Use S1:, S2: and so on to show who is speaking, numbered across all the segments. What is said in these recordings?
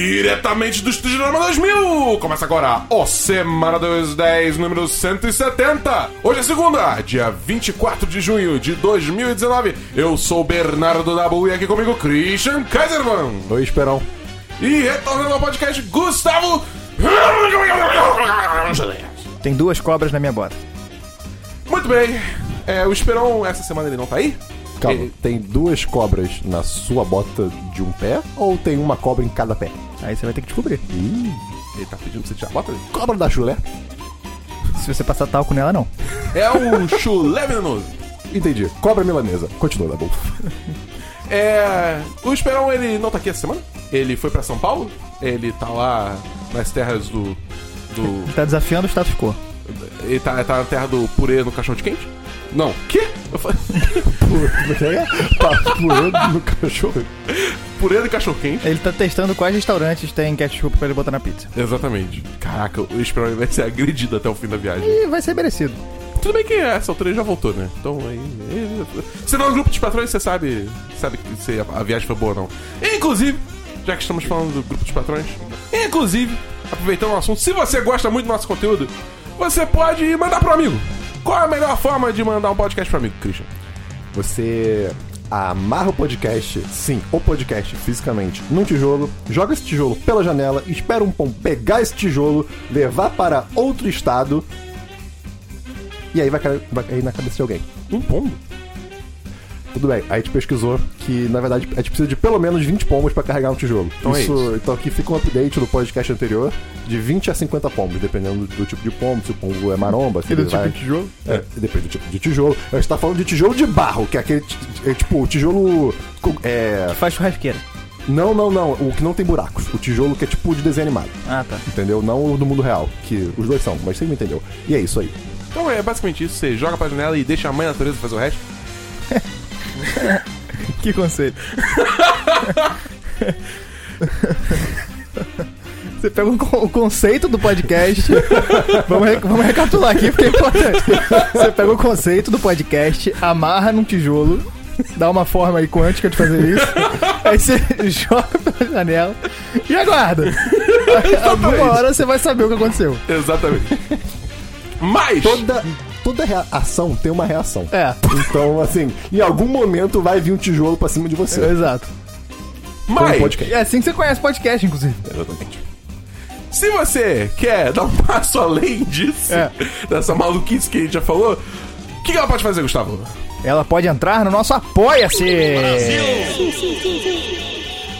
S1: diretamente do Estúdio Drama 2000! Começa agora o Semana 210, número 170. Hoje é segunda, dia 24 de junho de 2019. Eu sou o Bernardo Dabu e aqui comigo Christian Kaiserman.
S2: Oi, Esperão.
S1: E retornando ao podcast, Gustavo...
S2: Tem duas cobras na minha bota.
S1: Muito bem. É, o Esperão, essa semana ele não tá aí?
S2: Calma,
S1: Ele-
S2: tem duas cobras na sua bota de um pé ou tem uma cobra em cada pé?
S3: Aí você vai ter que descobrir.
S2: Ih,
S1: Ele tá pedindo pra você tirar a bota dele?
S2: cobra da chulé?
S3: Se você passar talco nela, não.
S1: É o chulé venenoso.
S2: Entendi. Cobra milanesa. Continua, tá Dabu.
S1: É. O Esperão, ele não tá aqui essa semana. Ele foi pra São Paulo. Ele tá lá nas terras do. do.
S3: Ele tá desafiando o status quo.
S1: Ele tá, tá na terra do purê no caixão de quente? Não. Quê? Eu falei,
S2: Como é que é? Tá pulando no cachorro.
S1: purê no cachorro quente?
S3: Ele tá testando quais restaurantes tem ketchup pra ele botar na pizza.
S1: Exatamente. Caraca, o Esperão ele vai ser agredido até o fim da viagem.
S3: E vai ser merecido.
S1: Tudo bem que essa altura ele já voltou, né? Então aí. aí- Você tá no grupo dos patrões, você sabe, sabe se a, a viagem foi boa ou não. Inclusive, já que estamos falando do grupo dos patrões, inclusive, aproveitando o assunto, se você gosta muito do nosso conteúdo, você pode mandar pro amigo. Qual é a melhor forma de mandar um podcast pro amigo, Christian?
S2: Você amarra o podcast, sim, o podcast fisicamente, num tijolo, joga esse tijolo pela janela, espera um pão pegar esse tijolo, levar para outro estado. E aí vai cair, vai cair na cabeça de alguém.
S1: Um pombo.
S2: Tudo bem, aí a gente pesquisou que, na verdade, a gente precisa de pelo menos 20 pombos pra carregar um tijolo.
S1: Então é isso.
S2: Então aqui fica um update do podcast anterior de 20 a 50 pombos, dependendo do tipo de pombo, se o pombo é maromba, se ele
S1: tipo
S2: vai...
S3: tijolo?
S2: É, depende do tipo de tijolo. A gente tá falando de tijolo de barro, que é aquele, ti- é, tipo, o tijolo... co- É...
S3: Faz churrasqueira.
S2: Não, não, não, o que não tem buracos. O tijolo que é tipo de desenho animado,
S3: Ah, tá.
S2: entendeu? Não o do mundo real, que os dois são, mas você me entendeu. E é isso aí.
S1: Então é basicamente isso, você joga pra janela e deixa a mãe natureza fazer o resto.
S3: Que conselho. Você pega o con- o conceito do podcast. vamos, re- vamos recapitular aqui porque é importante. Você pega o conceito do podcast, amarra num tijolo, dá uma forma aí quântica de fazer isso. aí você joga pela janela e aguarda. Alguma hora você vai saber o que aconteceu.
S1: Exatamente. Mas.
S2: Toda, toda rea- ação tem uma reação.
S3: É,
S2: Então, assim, em algum momento vai vir um tijolo pra cima de você.
S3: exato.
S1: Mas.
S2: Como podcast.
S3: É assim que você conhece podcast, inclusive.
S2: Exatamente.
S1: Se você quer dar um passo além disso,
S3: É.
S1: dessa maluquice que a gente já falou, o que que ela pode fazer, Gustavo?
S3: Ela pode entrar no nosso Apoia-se!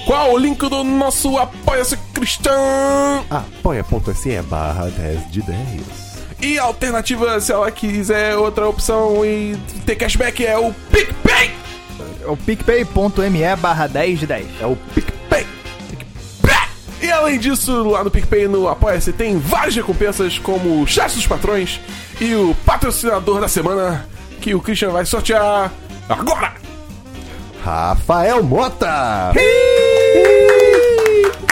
S1: Qual o link do nosso Apoia-se Cristão?
S2: Apoia.se barra 10 de 10.
S1: E a alternativa, se ela quiser outra opção e ter cashback, é o PicPay!
S3: É o picpay.me barra 10 de 10.
S2: É o pic...
S1: Pay. PicPay! E além disso, lá no PicPay, no Apoia-se, tem várias recompensas, como o chat dos patrões e o patrocinador da semana, que o Christian vai sortear agora!
S2: Rafael Mota!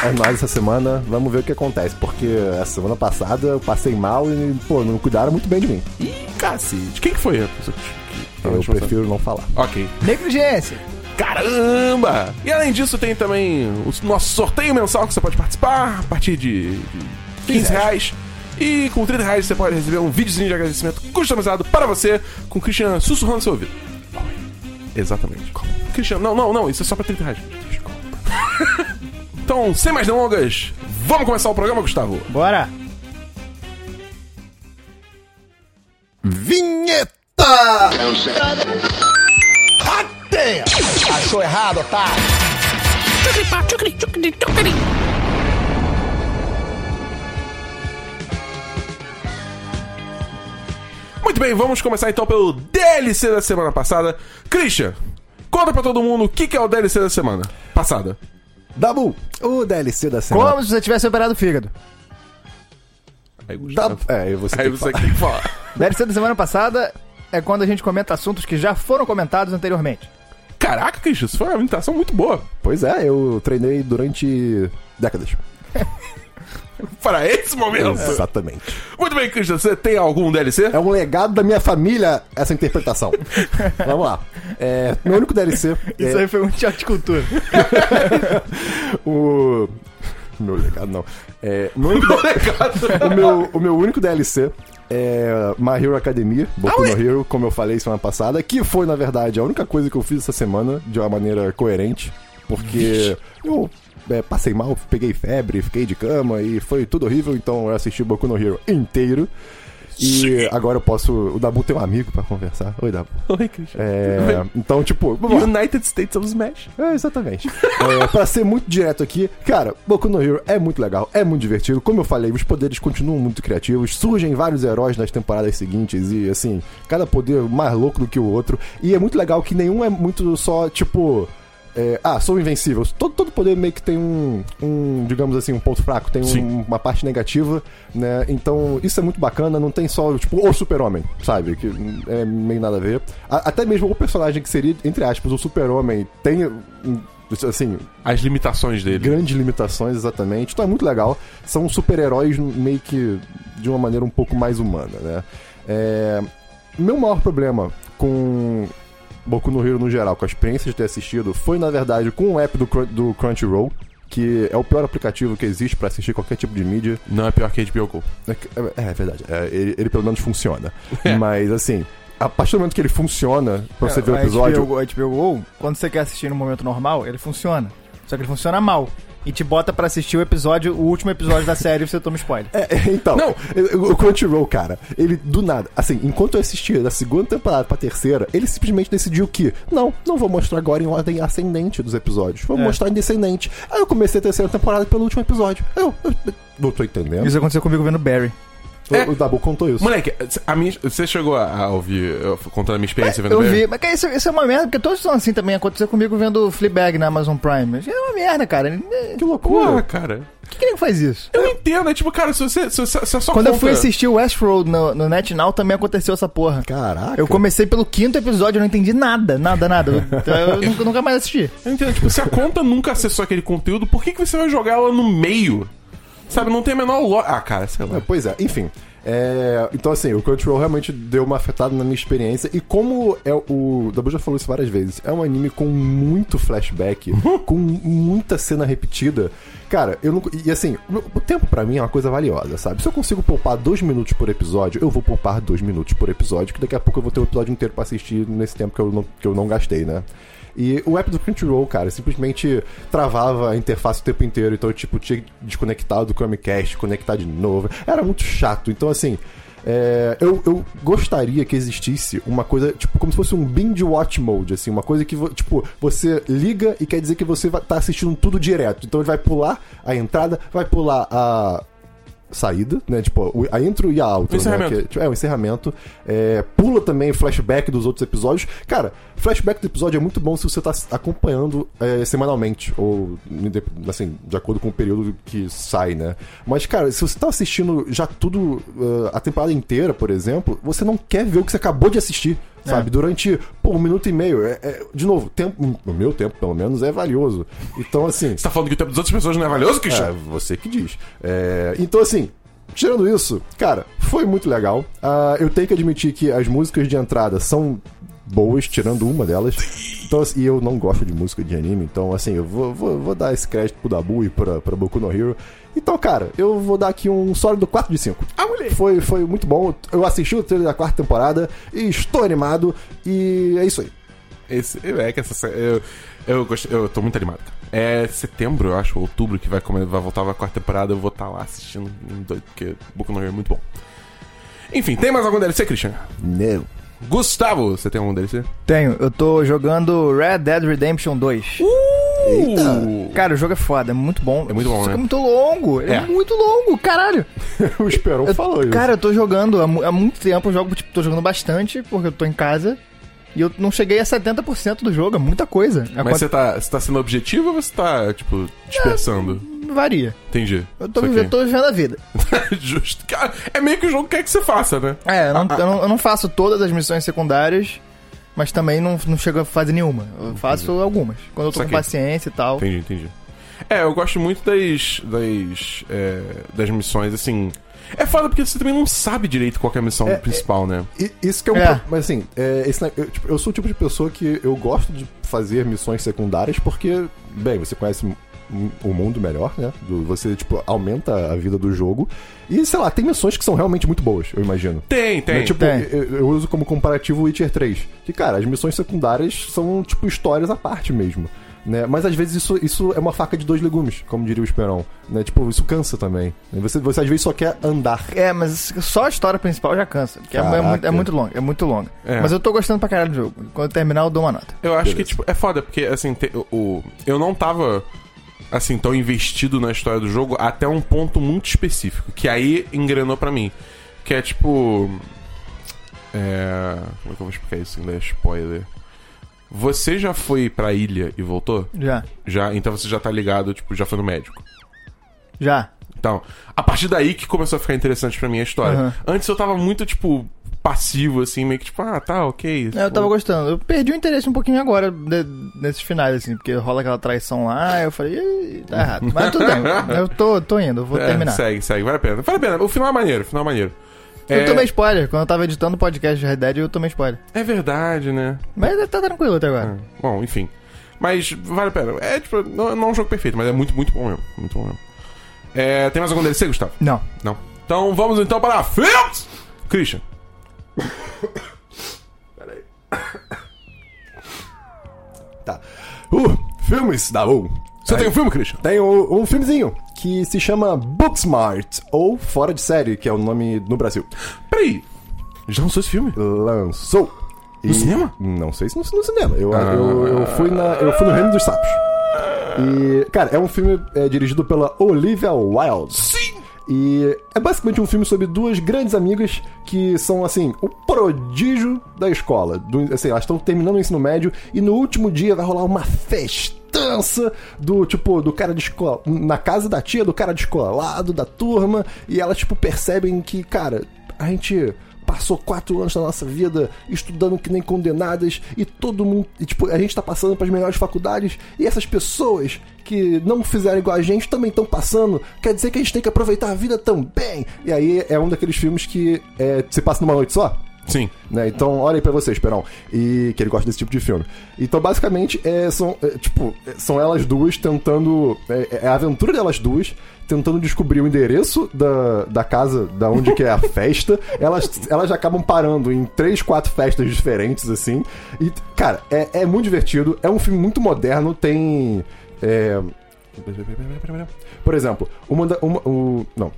S2: É nóis essa semana, vamos ver o que acontece, porque a semana passada eu passei mal e, pô, não cuidaram muito bem de mim.
S1: Ih, cacete. Quem que foi a pessoa que- que- que
S2: Eu
S1: tava te mostrando?
S2: prefiro não falar.
S1: Ok.
S3: Negligência.
S1: Caramba! E além disso, tem também o nosso sorteio mensal que você pode participar a partir de de 15 reais. E com 30 reais você pode receber um videozinho de agradecimento customizado para você, com o Christian sussurrando no seu ouvido. Exatamente. Christian, não, não, não, isso é só pra 30 reais. Então, sem mais delongas, vamos começar o programa, Gustavo?
S3: Bora.
S2: Vinheta! Até! Achou errado, otário?
S1: Muito bem, vamos começar então pelo DLC da semana passada. Christian, conta pra todo mundo o que que é o DLC da semana passada.
S2: Dabu, o DLC da semana...
S3: Como se você tivesse operado o fígado.
S1: Aí o
S2: Da...
S1: Gustavo-
S2: É, e você
S1: Tá Aí
S2: tem que
S1: você
S2: falar.
S1: tem que falar.
S3: DLC da semana passada é quando a gente comenta assuntos que já foram comentados anteriormente.
S1: Caraca, Christian, isso foi uma imitação muito boa.
S2: Pois é, eu treinei durante décadas.
S1: Para esse momento.
S2: Exatamente.
S1: Muito bem, Christian, você tem algum DLC?
S2: É um legado da minha família essa interpretação. Vamos lá. É, meu único DLC
S3: Isso
S2: é
S3: aí foi um teatro de cultura.
S2: o. Meu legado não. É, meu único- o, meu, o meu único DLC é My Hero Academia, Boku no Hero, como eu falei semana passada, que foi, na verdade, a única coisa que eu fiz essa semana de uma maneira coerente, porque eu é, passei mal, peguei febre, fiquei de cama e foi tudo horrível, então eu assisti Boku no Hero inteiro. E agora eu posso. O Dabu tem um amigo pra conversar. Oi, Dabu.
S1: Oi, Christian.
S2: É, então, tipo.
S1: United States of Smash.
S2: É, exatamente. É, pra ser muito direto aqui, cara, Boku no Hero é muito legal, é muito divertido. Como eu falei, os poderes continuam muito criativos, surgem vários heróis nas temporadas seguintes e, assim, cada poder mais louco do que o outro. E é muito legal que nenhum é muito só, tipo. é, ah, sou invencível. Todo, todo poder meio que tem um, um, digamos assim, um ponto fraco, tem um-
S1: Sim.
S2: uma parte negativa, né? Então, isso é muito bacana, não tem só, tipo, o super-homem, sabe? Que hum, é meio nada a ver. A- até mesmo o personagem que seria, entre aspas, o super-homem tem, hum, assim,
S1: As limitações dele.
S2: grandes limitações, exatamente. Então é muito legal. São super-heróis meio que de uma maneira um pouco mais humana, né? É, Meu maior problema com Boku no Hero no geral, com a experiência de ter assistido, foi na verdade com o app do, Crun- do Crunchyroll, que é o pior aplicativo que existe pra assistir qualquer tipo de mídia.
S1: Não é pior que HBO Go.
S2: É, que- é, é verdade. É, ele, ele pelo menos funciona. Mas assim, a partir do momento que ele funciona,
S3: É,
S2: pra você ver o episódio.
S3: HBO, HBO Go, quando você quer assistir no momento normal, ele funciona. Só que ele funciona mal. E te bota pra assistir o episódio, o último episódio da série e você toma spoiler.
S2: É, é, então,
S1: Não.
S2: o Crunchyroll, cara, ele do nada, assim, enquanto eu assistia da segunda temporada pra terceira, ele simplesmente decidiu que, não, não vou mostrar agora em ordem ascendente dos episódios, vou
S3: É.
S2: mostrar em descendente. Aí eu comecei a terceira temporada pelo último episódio. Eu, eu- eu não tô entendendo.
S3: Isso aconteceu comigo vendo Barry.
S2: O-
S1: É.
S2: O Dabu contou isso.
S1: Moleque, a minha, você chegou a a ouvir eu contando a minha experiência vendo
S3: Eu
S1: Barry?
S3: vi, mas cara, isso, isso é uma merda, porque todos são assim também. Aconteceu comigo vendo Fleabag na Amazon Prime. Isso É uma merda, cara.
S2: que
S3: Por
S1: Porra,
S2: loucura.
S1: cara.
S3: que, que ele faz isso?
S1: Eu não entendo, é tipo, cara, se você, se você, se você só
S3: Quando
S1: conta...
S3: eu fui assistir Westworld no, no NetNow, também aconteceu essa porra.
S2: Caraca.
S3: Eu comecei pelo quinto episódio, eu não entendi nada, nada, nada. Eu, eu nunca, nunca mais assisti.
S1: Eu entendo, tipo, se a conta nunca acessou aquele conteúdo, por que, que você vai jogar ela no meio? Sabe, não tem a menor lógica. Ah, cara, sei
S2: É,
S1: lá.
S2: Pois é, enfim. É, então, assim, o Crunchyroll realmente deu uma afetada na minha experiência. E como é o. o Dabu já falou isso várias vezes. É um anime com muito flashback, com muita cena repetida. Cara, eu não. E assim, o o tempo pra mim é uma coisa valiosa, sabe? Se eu consigo poupar dois minutos por episódio, eu vou poupar dois minutos por episódio, que daqui a pouco eu vou ter o episódio inteiro pra assistir nesse tempo que eu não, que eu não gastei, né? E o app do Crunchyroll, cara, simplesmente travava a interface o tempo inteiro, então eu, tipo, tinha que desconectar do Chromecast, conectar de novo. Era muito chato. Então, assim, é, eu, eu gostaria que existisse uma coisa, tipo, como se fosse um binge watch mode, assim, uma coisa que, vo- tipo, você liga e quer dizer que você va- tá assistindo tudo direto. Então ele vai pular a entrada, vai pular a saída, né? Tipo, o- a intro e a outro.
S1: Encerramento.
S2: Né? Que- tipo, é, o encerramento. É, pula também o flashback dos outros episódios. Cara, flashback do episódio é muito bom se você tá s- acompanhando é, semanalmente. Ou, inde- assim, de acordo com o período que sai, né? Mas, cara, se você tá assistindo já tudo, uh, a temporada inteira, por exemplo, você não quer ver o que você acabou de assistir. Sabe, durante pô, um minuto e meio. É, é- de novo, tempo, o meu tempo, pelo menos, é valioso. Então, assim.
S1: Você tá falando que o tempo das outras pessoas não é valioso, Christian?
S2: É, você que diz. É, então, assim, tirando isso, cara, foi muito legal. Ah, eu tenho que admitir que as músicas de entrada são boas, tirando uma delas. Então, assim, e eu não gosto de música de anime, então, assim, eu vou, vou- vou dar esse crédito pro Dabu e pra, pra Boku no Hero. Então, cara, eu vou dar aqui um sólido 4 de 5.
S1: Ah, moleque.
S2: Foi, foi muito bom. Eu assisti o trailer da quarta temporada e estou animado. E é isso aí.
S1: Esse, é que essa sé- eu, eu, gostei- eu tô muito animado. cara. É setembro, eu acho, outubro, que vai, come- vai voltar a quarta temporada. Eu vou estar lá assistindo, doido, porque Boku no Hero é muito bom. Enfim, tem mais algum DLC, Christian?
S2: Não.
S1: Gustavo, você tem algum DLC?
S3: Tenho, eu tô jogando Red Dead Redemption 2.
S1: Uh!
S3: Cara, o jogo é foda, é muito bom.
S1: É muito bom,
S3: Só que
S1: né?
S3: é muito longo, ele é.
S1: É.
S3: muito longo, caralho.
S2: O Esperon
S3: Eu-
S2: falou isso.
S3: Cara, eu tô jogando há, mu- há muito tempo, eu jogo, tipo, tô jogando bastante, porque eu tô em casa. E eu não cheguei a 70% do jogo, é muita coisa. É
S1: Mas
S3: quanto-
S1: você tá, você tá sendo objetivo ou você tá, tipo, dispersando?
S3: Varia.
S1: Entendi.
S3: Eu tô
S1: Isso aqui.
S3: vivendo, tô vivendo a vida.
S1: Justo. Cara, é meio que o jogo quer que você faça, né?
S3: É, eu não, eu não- eu não faço todas as missões secundárias, mas também não, não chego a fazer nenhuma. Eu faço algumas, quando eu tô com
S1: Saquei.
S3: paciência e tal.
S1: Entendi, entendi. É, eu gosto muito das. das. é, das missões, assim. É foda porque você também não sabe direito qual que é a missão
S2: É,
S1: principal, né?
S2: I- Isso que é um.
S3: É.
S2: pro- Mas assim, é, esse ne- eu, tipo, eu sou o tipo de pessoa que eu gosto de fazer missões secundárias porque, bem, você conhece um- um mundo melhor, né? Do- Você, tipo, aumenta a vida do jogo. E, sei lá, tem missões que são realmente muito boas, eu imagino.
S1: Tem, tem.
S2: Né, tipo,
S3: Tem.
S2: Eu, eu uso como comparativo o Witcher 3. Que, cara, as missões secundárias são, tipo, histórias à parte mesmo. Né? Mas às vezes isso, isso é uma faca de dois legumes, como diria o Esperão. Né? Tipo, isso cansa também. Você, você às vezes só quer andar.
S3: É, mas só a história principal já cansa. porque é, é muito, é
S2: Caraca.
S3: muito longa, é muito longa.
S1: É.
S3: Mas eu tô gostando pra caralho do jogo. Quando eu terminar, eu dou uma nota.
S1: Eu acho que, tipo, é foda, porque, assim, te- o- o, eu não tava, assim, tão investido na história do jogo até um ponto muito específico, que aí engrenou pra mim. Que é, tipo... É... Como é que eu vou explicar isso em inglês? Spoiler. Você já foi pra ilha e voltou?
S3: Já,
S1: Já, então você já tá ligado, tipo, já foi no médico.
S3: já.
S1: Então, a partir daí que começou a ficar interessante pra mim a história.
S3: Aham.
S1: Antes eu tava muito, tipo, passivo, assim, meio que tipo, ah, tá, ok.
S3: É, Eu tava gostando. Eu perdi o interesse um pouquinho agora de- nesses finais, assim, porque rola aquela traição lá. Eu falei, "Ih, tá errado. Mas tudo bem, eu tô, tô indo, eu vou
S1: É,
S3: terminar.
S1: Segue, segue, vale a pena. Vale a pena. O final é maneiro, o final é maneiro.
S3: Eu
S1: É,
S3: tomei spoiler. Quando eu tava editando o podcast de Red Dead, eu tomei spoiler.
S1: é verdade, né?
S3: Mas tá tranquilo até agora.
S1: É, Bom, enfim. Mas vale a pena. É, tipo, não, não é um jogo perfeito, mas é muito, muito bom mesmo. Muito bom mesmo. É, tem mais algum DLC, Gustavo?
S3: Não.
S1: Não. Então vamos então para filmes! Christian.
S2: Tá. Uh, filmes da U.
S1: Você tem um filme, Christian?
S2: Tem um, um filmezinho que se chama Booksmart, ou Fora de Série, que é o nome no Brasil.
S1: Peraí. Já lançou esse filme?
S2: Lançou. E-
S1: No cinema? Ah.
S2: Não sei se no, no cinema. Eu, eu, eu fui na, eu fui no Reino dos Sapos. E, cara, é um filme é, dirigido pela Olivia Wilde.
S1: Sim!
S2: E é basicamente um filme sobre duas grandes amigas que são, assim, o prodígio da escola. Do, assim, elas estão terminando o ensino médio e no último dia vai rolar uma festança do, tipo, do cara de escola. Na casa da tia, do cara descolado, da turma. E elas, tipo, percebem que, cara, a gente passou quatro anos da nossa vida estudando que nem condenadas e todo mundo. E, tipo, a gente tá passando pras melhores faculdades e essas pessoas que não fizeram igual a gente também estão passando. Quer dizer que a gente tem que aproveitar a vida também. E aí é um daqueles filmes que é, se passa numa noite só.
S1: Sim.
S2: Né? Então, olha aí pra vocês, Perão. E que ele gosta desse tipo de filme. Então, basicamente, é, são, é, tipo, é, são elas duas tentando. É, é a aventura delas duas tentando descobrir o endereço da, da casa, da onde que é a festa. Elas, elas acabam parando em três, quatro festas diferentes, assim. E, cara, é, é muito divertido. É um filme muito moderno. Tem. é, por exemplo, uma da. Uma, o, não.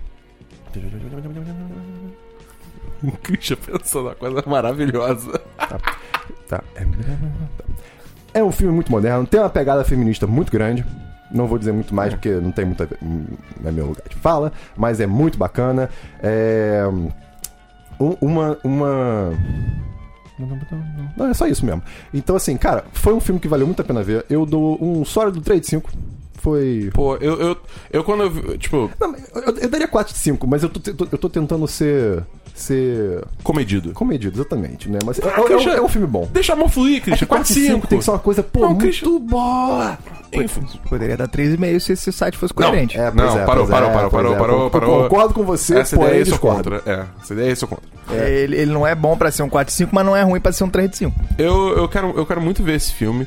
S1: O Christian pensou numa coisa maravilhosa.
S2: Tá. É... é um filme muito moderno, tem uma pegada feminista muito grande. Não vou dizer muito
S1: É.
S2: mais, porque não tem muita. Não é meu lugar de fala, mas é muito bacana. É. um- Uma. Uma. Não, é só isso mesmo. Então, assim, cara, foi um filme que valeu muito a pena ver. Eu dou um sólido 3 de 5. Foi.
S1: Pô, eu, eu, eu quando eu, vi- tipo,
S2: Não, eu, eu daria 4 de 5, mas eu tô, te- eu tô tentando ser. ser.
S1: comedido.
S2: comedido, exatamente, né? Mas é,
S1: Ah,
S2: é um-
S1: Christian.
S2: é um filme bom.
S1: Deixa a mão fluir,
S2: É que
S1: Christian.
S2: 4 de 5 tem que ser uma coisa, pô,
S1: Não,
S2: muito
S1: Christian-
S2: boa.
S1: Enfim.
S3: Poderia dar 3,5 se esse site fosse coerente.
S2: É,
S1: Não, parou, parou, parou, parou,
S2: pois é.
S1: parou,
S2: Eu
S1: parou.
S2: Concordo com você,
S1: Essa
S2: porém
S1: ideia é sou
S2: discordo.
S1: contra. É, essa ideia é sou contra.
S3: É, Ele, ele não é bom pra ser um 4 de 5, mas não é ruim pra ser um 3 de 5.
S1: Eu, eu, quero, eu quero muito ver esse filme.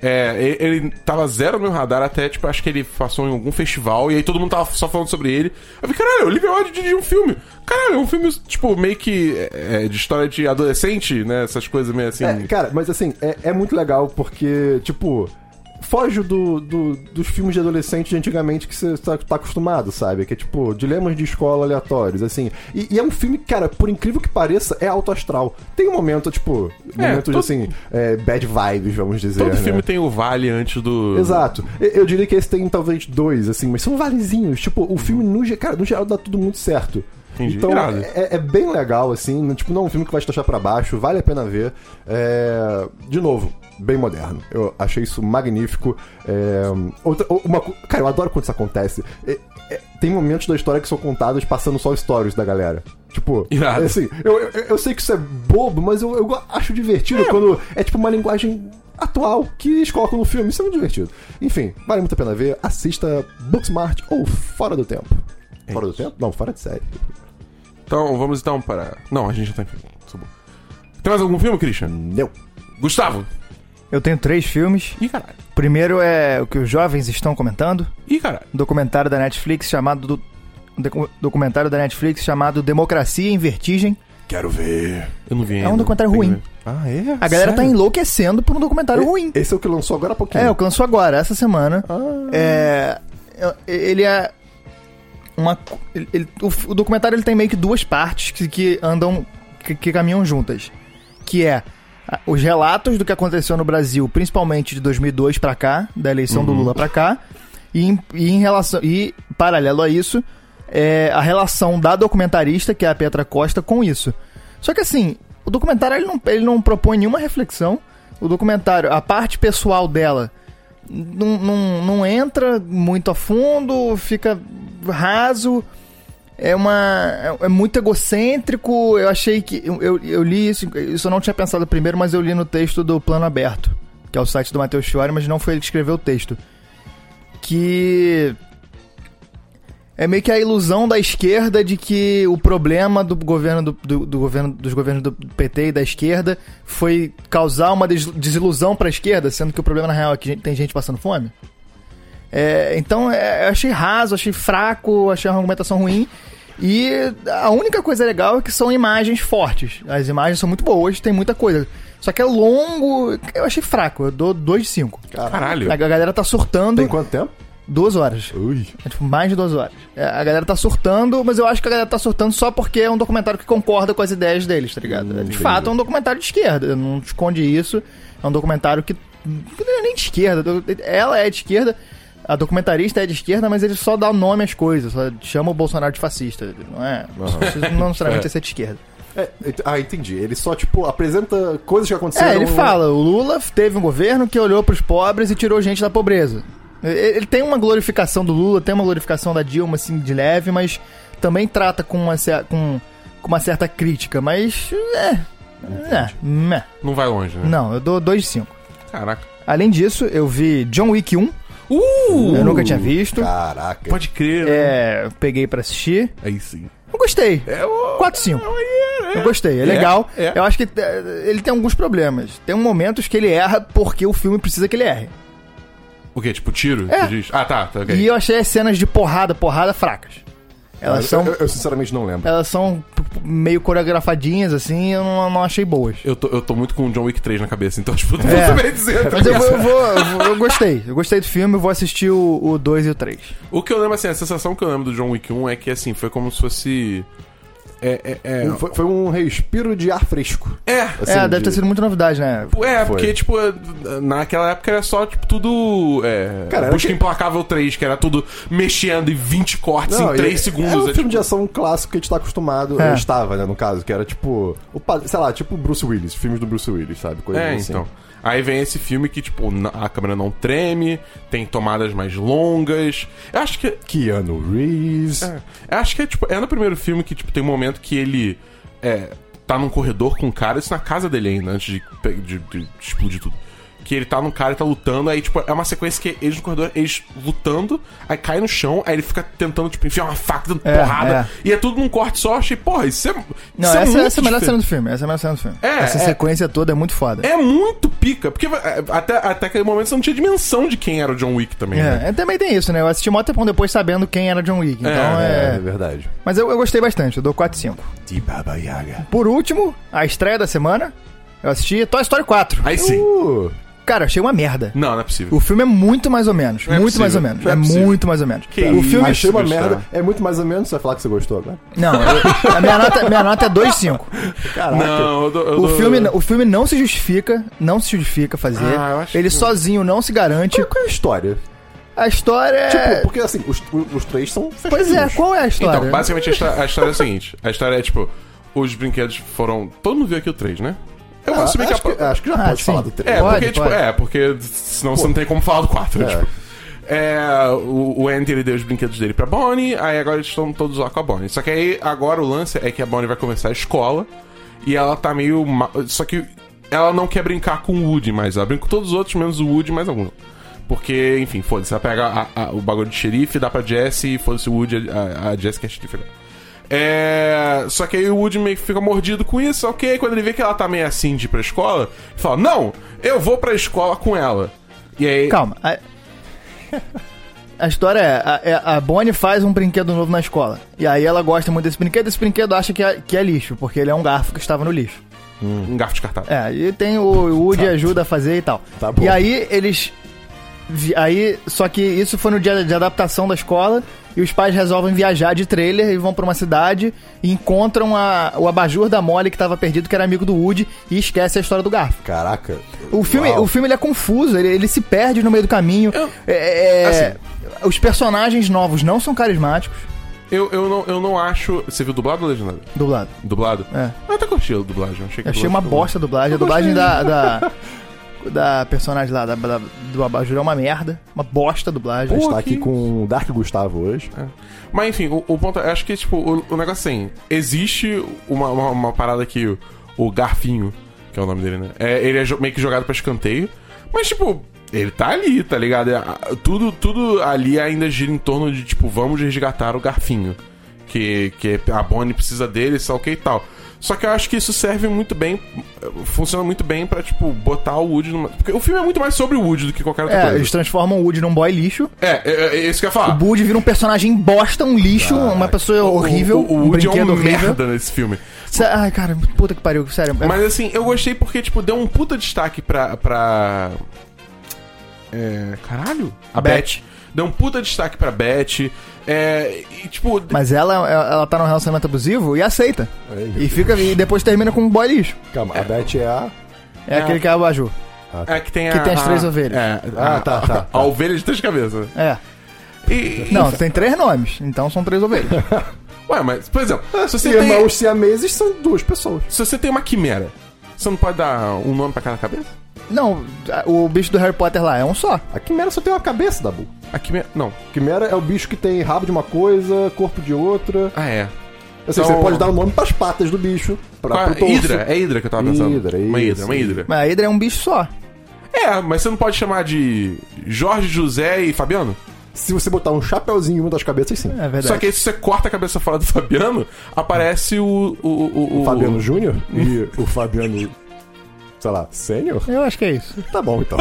S1: É, e- ele tava zero no meu radar até, tipo, acho que ele passou em algum festival e aí todo mundo tava só falando sobre ele. Eu falei, caralho, o Olivia Wilde dirigiu um filme. Caralho, é um filme, tipo, meio que é, de história de adolescente, né? Essas coisas meio assim.
S2: É, cara, mas assim, é, é muito legal porque, tipo, foge do, do- dos filmes de adolescente de antigamente que você tá, tá acostumado, sabe? Que é tipo, dilemas de escola aleatórios, assim. E, e é um filme que, cara, por incrível que pareça, é alto astral. Tem um momento, tipo,
S1: É,
S2: momentos
S1: todo-
S2: assim, é, bad vibes, vamos dizer.
S1: Todo
S2: né?
S1: filme tem o vale antes do.
S2: Exato. Eu, eu diria que esse tem talvez dois, assim, mas são valezinhos. Tipo, o filme, no, ge- cara, no geral, dá tudo muito certo.
S1: Entendi.
S2: Então,
S1: Irado.
S2: é, é bem legal, assim. né? Tipo, não é um filme que vai te deixar pra baixo, vale a pena ver. É, De novo, bem moderno. Eu achei isso magnífico. É, Outra, uma... co- Cara, eu adoro quando isso acontece. É, é, Tem momentos da história que são contados passando só stories da galera. Tipo,
S1: Irado.
S2: assim, eu, eu, eu sei que isso é bobo, mas eu, eu go- acho divertido quando é tipo uma linguagem atual que eles colocam no filme. Isso é muito divertido. Enfim, vale muito a pena ver. Assista Booksmart ou Fora do Tempo. Fora do Tempo? Não, Fora de Série.
S1: Então, vamos então para. Não, a gente já tá em filme. Tá bom. Tem mais algum filme, Christian?
S2: Não.
S1: Gustavo!
S3: Eu tenho três filmes.
S1: Ih, caralho.
S3: O primeiro é o que os jovens estão comentando,
S1: Ih, caralho.
S3: um documentário da Netflix chamado do- um docu- documentário da Netflix chamado Democracia em Vertigem.
S2: Quero ver.
S1: Eu não vi ainda.
S3: um documentário
S1: Tem que
S3: ruim.
S1: ver. Ah, é?
S3: A galera tá
S1: Sério?
S3: enlouquecendo por um documentário ruim.
S2: Esse é o que lançou agora há pouquinho.
S3: É, o que lançou agora, essa semana.
S2: Ah.
S3: É. Ele é. Uma, co- ele- ele- o, f- o documentário ele tem meio que duas partes que, que andam. Que, que caminham juntas. Que é a- os relatos do que aconteceu no Brasil, principalmente de 2002 pra cá, da eleição do Lula pra cá. E, em- e em relação. E, paralelo a isso, é a relação da documentarista, que é a Petra Costa, com isso. Só que assim, o documentário ele não, ele não propõe nenhuma reflexão. O documentário, a parte pessoal dela não, não, não entra muito a fundo, fica raso. É uma. É, é muito egocêntrico. Eu achei que. Eu, eu, eu li isso. Isso eu não tinha pensado primeiro, mas eu li no texto do Plano Aberto, que é o site do Matheus Fiore, mas não foi ele que escreveu o texto. Que. É meio que a ilusão da esquerda de que o problema do governo do, do- do governo dos governos do PT e da esquerda foi causar uma des- desilusão pra esquerda, sendo que o problema na real é que tem gente passando fome. É, então é, eu achei raso, achei fraco, achei uma argumentação ruim. E a única coisa legal é que são imagens fortes. As imagens são muito boas, tem muita coisa. Só que é longo, eu achei fraco, eu dou 2 de 5.
S1: Caralho.
S3: A galera tá surtando
S2: Tem quanto tempo?
S3: duas horas.
S2: Ui.
S3: É tipo mais de duas horas. É, a galera tá surtando, mas eu acho que a galera tá surtando só porque é um documentário que concorda com as ideias deles, tá ligado? de fato, é um documentário de esquerda. Não esconde isso. É um documentário que. que não é nem de esquerda. do- Ela é de esquerda. A documentarista é de esquerda, mas ele só dá nome às coisas. Só chama o Bolsonaro de fascista. Não é? Isso não necessariamente é ser de esquerda.
S2: É, ent- ah, entendi. Ele só, tipo, apresenta coisas que aconteceram.
S3: É,
S1: um-
S3: ele fala, o Lula teve um governo que olhou pros pobres e tirou gente da pobreza. E- Ele tem uma glorificação do Lula, tem uma glorificação da Dilma, assim, de leve, mas também trata com uma, cer- com, com uma certa crítica, mas. É. É, meh.
S1: Não vai longe, né?
S3: Não, eu dou 2 de 5.
S1: Caraca.
S3: Além disso, eu vi John Wick 1,
S1: Uh!
S3: eu nunca tinha visto.
S2: Caraca.
S1: Pode crer. né?
S3: É, eu peguei pra assistir.
S1: Aí sim.
S3: Eu gostei.
S1: É o...
S3: 4 5. É. Eu gostei, é
S1: É,
S3: legal.
S1: é.
S3: Eu acho que eh, ele tem alguns problemas. Tem momentos que ele erra porque o filme precisa que ele erre.
S1: O quê? Tipo, tiro?
S3: É.
S1: Você diz? Ah, tá. tá ok.
S3: E eu achei as cenas de porrada, porrada fracas. Elas
S2: Eu-
S3: são,
S2: eu, eu sinceramente não lembro.
S3: elas são p- p- meio coreografadinhas, assim, eu não, não achei boas.
S1: Eu tô, eu tô muito com o John Wick 3 na cabeça, então, tipo, eu não
S3: É.
S1: vou saber dizer.
S3: Mas eu, vou- eu vou, eu vou- eu gostei. Eu gostei do filme, eu vou assistir o- o 2 e o 3.
S1: O que eu lembro, assim, a sensação que eu lembro do John Wick 1 é que, assim, foi como se fosse... É, é, é...
S2: Um- Foi, foi um respiro de ar fresco.
S1: É,
S3: é,
S2: Assim,
S3: deve ter
S2: de-
S3: sido muita novidade, né?
S1: É,
S2: Foi.
S1: porque, tipo, naquela época era só, tipo, tudo. É,
S2: Cara, era
S1: Busca
S2: que-
S1: Implacável 3, que era tudo mexendo e 20 cortes
S2: Não,
S1: em 3
S2: e-
S1: segundos.
S2: É um
S1: é,
S2: filme
S1: tipo,
S2: de ação clássico que a gente tá acostumado.
S3: É.
S2: Eu estava, né, no caso, que era tipo. O, pa- sei lá, tipo Bruce Willis, filmes do Bruce Willis, sabe? Coisa
S1: é,
S2: assim.
S1: então. Aí vem esse filme que, tipo, na- a câmera não treme, tem tomadas mais longas. Eu acho que.
S2: Keanu Reeves.
S1: É, eu acho que é, tipo, é no primeiro filme que, tipo, tem um momento que ele. É, tá num corredor com um cara, isso na casa dele ainda, antes de, pe- de- de explodir tudo. Que ele tá num cara e tá lutando, aí, tipo, é uma sequência que eles no corredor, eles lutando, aí cai no chão, aí ele fica tentando, tipo, enfiar uma faca, dando
S3: É,
S1: porrada. E é tudo num corte só, achei, porra, isso é.
S3: Não,
S1: isso é muito
S3: essa, essa é a melhor
S1: diferente.
S3: cena do filme. Essa é a melhor cena do filme.
S1: É,
S3: essa
S1: é.
S3: sequência toda é muito foda.
S1: É muito pica, porque é, até, até aquele momento você não tinha dimensão de quem era o John Wick também, né?
S3: É, é, também tem isso, né? Eu assisti mó tempão depois sabendo quem era John Wick. Então
S2: É,
S3: é.
S2: é verdade.
S3: Mas eu, eu gostei bastante, eu dou 4 5.
S2: De Baba Yaga.
S3: Por último, a estreia da semana, eu assisti Toy Story 4.
S1: Aí sim.
S2: Uh,
S3: Cara, achei uma merda.
S1: Não, não é possível.
S3: O filme é muito mais ou menos.
S1: Não é
S3: muito mais ou
S1: possível,
S3: menos.
S1: não
S3: é
S1: é possível.
S3: muito É mais ou menos.
S1: Que
S3: o
S1: isso,
S3: filme.
S2: achei uma
S1: gostar.
S2: merda. É muito mais ou menos. Você vai falar que você gostou agora?
S3: Não, eu- a minha nota, minha nota é 2,5.
S2: Caraca.
S1: Não, eu dou, eu
S3: O
S1: dou-
S3: filme, o filme não se justifica, não se justifica fazer.
S1: Ah, eu acho
S3: Ele
S1: que-
S3: sozinho não se garante.
S2: Qual é a história?
S3: A história é.
S2: Tipo, porque assim, os, os três são
S3: pois é, qual é a história?
S1: Tipo, Então, basicamente a história, a história é a seguinte: a história é tipo, os brinquedos foram. Todo mundo viu aqui o 3, né? Eu vou assumir que,
S2: acho,
S1: a...
S2: que, acho que já
S3: Ah,
S2: pode
S3: sim.
S2: falar do três.
S1: É,
S3: Pode,
S1: porque, tipo,
S3: pode.
S1: é, porque senão você não tem como falar do 4.
S2: É.
S1: Tipo. É, o, o Andy ele deu os brinquedos dele pra Bonnie, aí agora eles estão todos lá com a Bonnie. Só que aí agora o lance é que a Bonnie vai começar a escola e ela tá meio. ma- Só que ela não quer brincar com o Woody mais, ela brinca com todos os outros, menos o Woody e mais alguns. Porque, enfim, foda-se, ela pega a- a- o bagulho de xerife, dá pra Jessie, foda-se o Woody, a, a Jessie que é xerife agora. É. né? É, só que aí o Woody meio que fica mordido com isso, só que aí quando ele vê que ela tá meio assim de ir pra escola, ele fala, não, eu vou pra escola com ela. E aí...
S3: Calma. A, a história é a, é, a Bonnie faz um brinquedo novo na escola. E aí ela gosta muito desse brinquedo, esse brinquedo acha que é, que é lixo, porque ele é um garfo que estava no lixo.
S1: Um garfo descartável.
S3: É, e tem o o Woody ajuda a fazer e tal.
S2: Tá bom.
S3: E aí eles. vi- Aí, só que isso foi no dia de adaptação da escola. E os pais resolvem viajar de trailer e vão pra uma cidade e encontram a- o abajur da Molly que tava perdido, que era amigo do Woody, e esquece a história do garfo.
S2: Caraca.
S3: O filme,
S2: Uau.
S3: o filme ele é confuso, ele, ele se perde no meio do caminho.
S1: Eu-
S3: É, é,
S1: Assim.
S3: Os personagens novos não são carismáticos.
S1: Eu, eu, não, eu não acho... Você viu dublado ou legendado?
S3: Dublado.
S1: Dublado?
S3: É.
S1: Eu até curti a dublagem. Achei, que
S3: Eu achei
S1: dublagem
S3: uma
S1: ficou boa.
S3: bosta a dublagem. A
S1: Eu gostei.
S3: dublagem da, da. da personagem lá, da, da- do Abajur é uma merda. Uma bosta a dublagem.
S2: A gente
S1: Pô,
S2: tá aqui
S1: que-
S2: com o Dark Gustavo hoje.
S1: É. Mas enfim, o, o ponto é, acho que, tipo, o, o negócio é assim, existe uma, uma, uma parada que o, o Garfinho, que é o nome dele, né? É, ele é jo- meio que jogado pra escanteio, mas, tipo, ele tá ali, tá ligado? É, a- tudo, tudo ali ainda gira em torno de, tipo, vamos resgatar o Garfinho. Que, que a Bonnie precisa dele, sei lá o que e tal. Só que eu acho que isso serve muito bem, funciona muito bem pra, tipo, botar o Woody numa... Porque o filme é muito mais sobre o Woody do que qualquer outra
S3: É, eles
S1: coisa.
S3: transformam o Woody num boy lixo.
S1: É, é, é isso que eu ia falar.
S3: O Woody vira um personagem bosta, um lixo, uma pessoa
S1: O- O,
S3: horrível,
S1: o,
S3: um
S1: Woody é
S3: brinquedo
S1: um
S3: horrível.
S1: merda nesse filme.
S3: Sé- Ai, cara, puta que pariu, sério. é-
S1: Mas assim, eu gostei porque, tipo, deu um puta destaque pra. pra... É. Caralho? A Beth.
S3: Beth.
S1: Deu um puta destaque pra Beth. É. E, tipo.
S3: Mas ela, ela tá num relacionamento abusivo e aceita.
S1: É.
S2: Ei,
S3: E fica e depois termina com um boy lixo.
S2: É, Calma, a Beth é a.
S3: É,
S1: É.
S3: aquele que é o abajur.
S1: É que tem a.
S3: que tem as três
S1: a-
S3: ovelhas.
S1: É.
S2: Ah,
S1: a-
S2: tá,
S1: a-
S2: tá,
S1: A,
S2: tá.
S1: ovelha de três cabeças.
S3: É.
S1: E. e-
S3: Não, tem três nomes, então são três ovelhas.
S1: Ué, mas, por exemplo,
S3: Ah,
S1: Ah, se
S3: é
S1: você, tem,
S2: Irmãos siameses são duas pessoas.
S1: se você tem uma quimera, você não pode dar um nome pra cada cabeça?
S3: Não, o bicho do Harry Potter lá é um só.
S2: A Quimera só tem uma cabeça, Dabu.
S1: A quimera. Não.
S2: Quimera é o bicho que tem rabo de uma coisa, corpo de outra.
S1: Ah, é.
S2: Assim,
S1: Então-
S2: Você pode dar o nome pras patas do bicho. Pra,
S1: Qual-
S2: pro torso.
S1: hidra, é hidra que eu tava pensando.
S2: Hidra,
S1: uma
S2: isso,
S1: hidra, uma hidra.
S3: Mas a Hydra é um bicho só.
S1: É, mas você não pode chamar de Jorge, José e Fabiano?
S2: Se você botar um chapéuzinho em uma das cabeças, sim.
S3: É verdade.
S1: Só que aí, se você corta a cabeça fora do Fabiano, aparece o. O, o, o-
S2: O Fabiano Júnior e o Fabiano. Sei lá, sênior?
S3: Eu acho que é isso.
S2: Tá bom, então.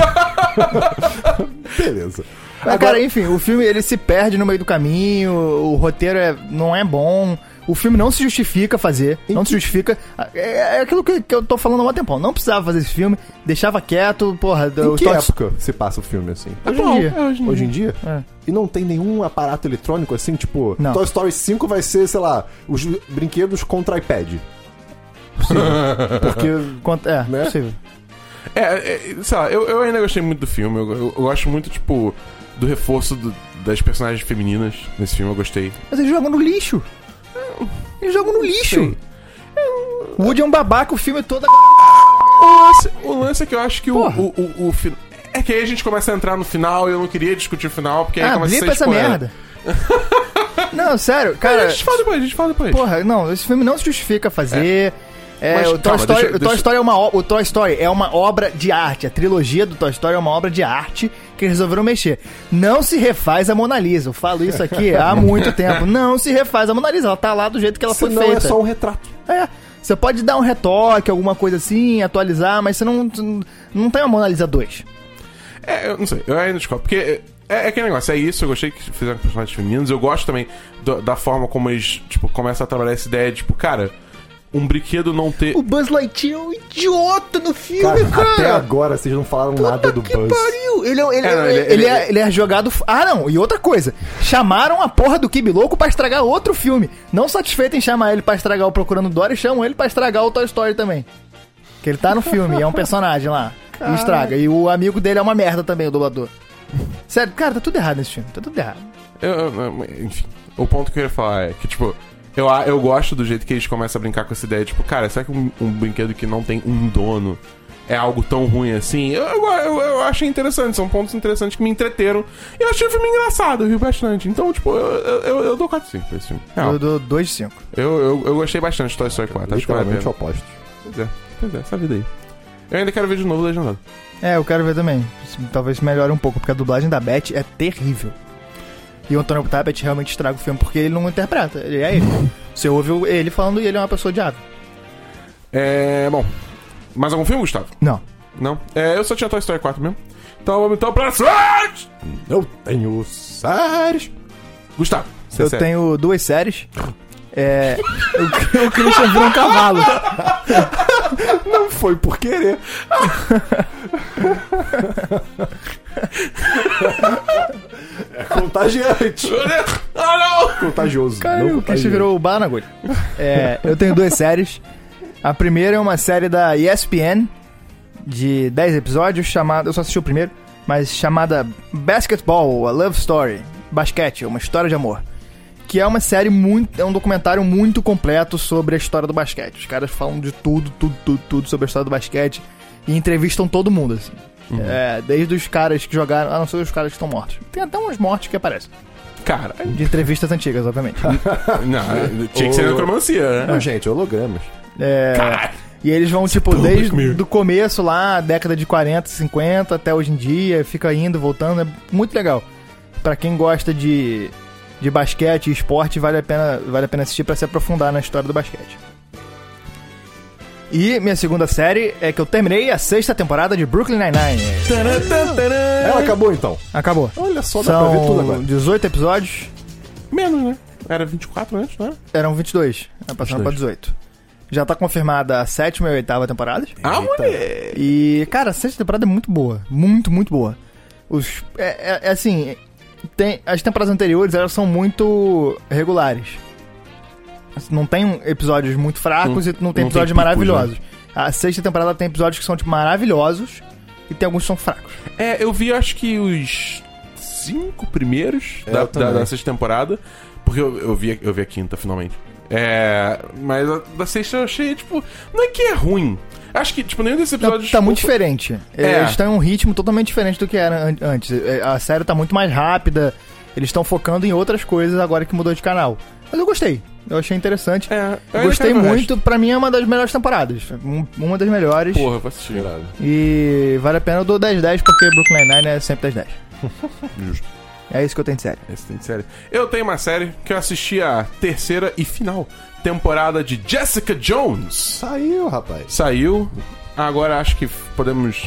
S2: Beleza.
S3: Mas, Ah, cara, enfim, o filme ele se perde no meio do caminho, o roteiro é- não é bom, o filme não se justifica fazer, não se justifica. É, é aquilo que, que eu tô falando há um tempão. Não precisava fazer esse filme, deixava quieto, porra,
S2: Em
S3: eu
S2: que
S3: tô-
S2: época se passa o filme assim?
S3: hoje em
S1: Bom,
S3: dia.
S1: é hoje em
S2: Hoje em
S1: dia.
S2: dia?
S3: É.
S2: E não tem nenhum aparato eletrônico assim, tipo,
S3: Não.
S2: Toy Story 5 vai ser, sei lá, os brinquedos contra iPad. Porque
S3: Quanto- é,
S2: Né?
S3: possível.
S1: É, é, sei lá, eu, eu ainda gostei muito do filme. Eu, eu- eu gosto muito, tipo, do reforço do- das personagens femininas nesse filme. Eu gostei.
S3: Mas eles jogam no lixo. Eles jogam no lixo.
S1: Sim.
S3: O Woody é um babaca, o filme todo.
S1: O lance, o lance é que eu acho que o,
S3: Porra.
S1: o, o, o fi- É que aí a gente começa a entrar no final e eu não queria discutir o final, porque aí
S3: Ah,
S1: começa a
S3: blipa
S1: ser
S3: essa
S1: spoiler. é
S3: merda. não, sério,
S1: Cara, a
S3: cara.
S1: gente fala depois, a gente fala depois.
S3: Porra, não, esse filme não se justifica fazer. É,
S1: Mas,
S3: o, Toy
S1: calma,
S3: Story,
S1: deixa-
S3: o Toy
S1: deixa-
S3: Story é uma o- o Toy Story é uma obra de arte. A trilogia do Toy Story é uma obra de arte que eles resolveram mexer. Não se refaz a Mona Lisa. Eu falo isso aqui há muito tempo. Não se refaz a Mona Lisa. Ela tá lá do jeito que ela
S2: senão
S3: foi feita.
S2: é só um retrato.
S3: É, Você pode dar um retoque, alguma coisa assim, atualizar, mas você não não tem uma Mona Lisa 2.
S1: É, eu não sei, eu ainda descobro. Porque é, é aquele negócio, é isso, eu gostei que fizeram com personagens femininos. Eu gosto também do- da forma como eles, tipo, começam a trabalhar essa ideia, tipo, cara, um brinquedo não ter.
S3: O Buzz Lightyear é um idiota no
S2: Cara,
S3: filme, cara.
S2: até agora vocês não falaram nada do
S3: que
S2: Buzz.
S3: pariu! Ele, é- ele,
S1: É, não,
S3: ele,
S1: ele-
S3: ele é, ele é jogado. f- Ah, não! E outra coisa: chamaram a porra do Kibi Louco pra estragar outro filme. Não satisfeito em chamar ele pra estragar o Procurando Dory, chamam ele pra estragar o Toy Story também. Que ele tá no filme, é um personagem lá. E estraga. E o amigo dele é uma merda também, o dublador. Sério, cara, tá tudo errado nesse filme, tá tudo errado.
S1: Eu- eu- eu- enfim, o ponto que eu ia falar é que, tipo, eu, a- eu gosto do jeito que eles começam a brincar com essa ideia, tipo, cara, será que um, um brinquedo que não tem um dono é algo tão ruim assim? Eu, eu, eu- eu achei interessante, são pontos interessantes que me entreteram. E eu achei o filme engraçado, eu ri bastante. Então, tipo, eu, eu, eu, eu dou 4 5 pra esse filme. Real.
S3: Eu dou 2 de 5.
S1: Eu, eu, eu gostei bastante de Toy Story 4. Acho que vale a
S2: Literalmente
S1: pena.
S2: oposto.
S1: Pois é, pois é, essa vida aí. Eu ainda quero ver de novo Legendado.
S3: É, eu quero ver também. Talvez melhore um pouco, porque a dublagem da Beth é terrível. E o Antônio Tabet realmente estraga o filme porque ele não interpreta, ele é ele. Você ouve o- ele falando e ele é uma pessoa odiável.
S1: É. Bom. Mais algum filme, Gustavo?
S3: Não.
S1: Não? É, eu só tinha Toy Story 4 mesmo. Então vamos então pra. séries!
S2: Eu tenho séries.
S1: Gustavo, você é
S3: eu
S1: segue.
S3: tenho duas séries. É. o, o Christian virou um cavalo.
S2: Não foi por querer. é contagiante.
S1: Ah, não!
S2: Contagioso.
S3: Caralho,
S2: não
S3: o Christian
S2: contagioso.
S3: virou o Barnagot. É, eu tenho duas séries. A primeira é uma série da ESPN, de 10 episódios, chamada. Eu só assisti o primeiro, mas chamada Basketball, a Love Story. Basquete, uma história de amor. Que é uma série muito. É um documentário muito completo sobre a história do basquete. Os caras falam de tudo, tudo, tudo, tudo sobre a história do basquete. E entrevistam todo mundo, assim. É, desde os caras que jogaram, a não ser os caras que estão mortos. Tem até uns mortos que aparecem.
S1: Cara,
S3: De entrevistas antigas, obviamente.
S1: não, tinha que ser
S2: Ô.
S1: necromancia, né?
S2: Não, gente, hologramas.
S3: É,
S1: Caralho.
S3: e eles vão, tipo,
S1: tá louco
S3: desde
S1: comigo.
S3: do começo lá, década de 40, 50, até hoje em dia, fica indo, voltando, é muito legal. Pra quem gosta de, de basquete e esporte, vale a pena, vale a pena assistir pra se aprofundar na história do basquete. E minha segunda série é que eu terminei a sexta temporada de Brooklyn Nine-Nine.
S2: Ela acabou então.
S3: Acabou.
S2: Olha só, dá pra ver tudo
S3: São
S2: agora.
S3: 18 episódios,
S1: Menos, né? Era 24 antes, não era?
S3: eram 22, né, passando pra 18. Já tá confirmada a sétima e a oitava temporadas.
S1: Ah,
S2: Eita.
S1: moleque!
S3: E, cara, a sexta temporada é muito boa. Muito, muito boa. Os, é, é- é assim, tem, as temporadas anteriores elas são muito regulares. Assim, Não tem episódios muito
S1: Não-
S3: fracos e não tem
S1: não tem
S3: episódios
S1: picos, né?
S3: maravilhosos. A sexta temporada tem episódios que são tipo, maravilhosos e tem alguns que são fracos.
S1: É, eu vi acho que os cinco primeiros
S2: É,
S1: da,
S2: eu também.
S1: da, da sexta temporada. Porque eu, eu, vi, eu vi a quinta, finalmente. É. Mas a, da sexta eu achei, tipo. Não é que é ruim. Acho que, tipo, nenhum desses
S3: Tá,
S1: episódios.
S3: tá muito diferente.
S1: É.
S3: Eles estão em um ritmo totalmente diferente do que era an- antes. É, A série tá muito mais rápida. Eles estão focando em outras coisas agora que mudou de canal. Mas eu gostei. Eu achei interessante.
S1: É, eu
S3: Gostei
S1: ainda quero ver o
S3: muito, pra mim é uma das melhores temporadas. Um- Uma das melhores.
S1: resto. Porra, vou assistir.
S2: Irado.
S3: E vale a pena, eu dou 10-10, porque Brooklyn Nine é sempre 10-10.
S1: Justo.
S3: É isso que eu tenho de sério.
S1: Esse tem de série. Eu tenho uma série que eu assisti a terceira e final temporada de Jessica Jones.
S2: Saiu, rapaz.
S1: Saiu. Agora acho que podemos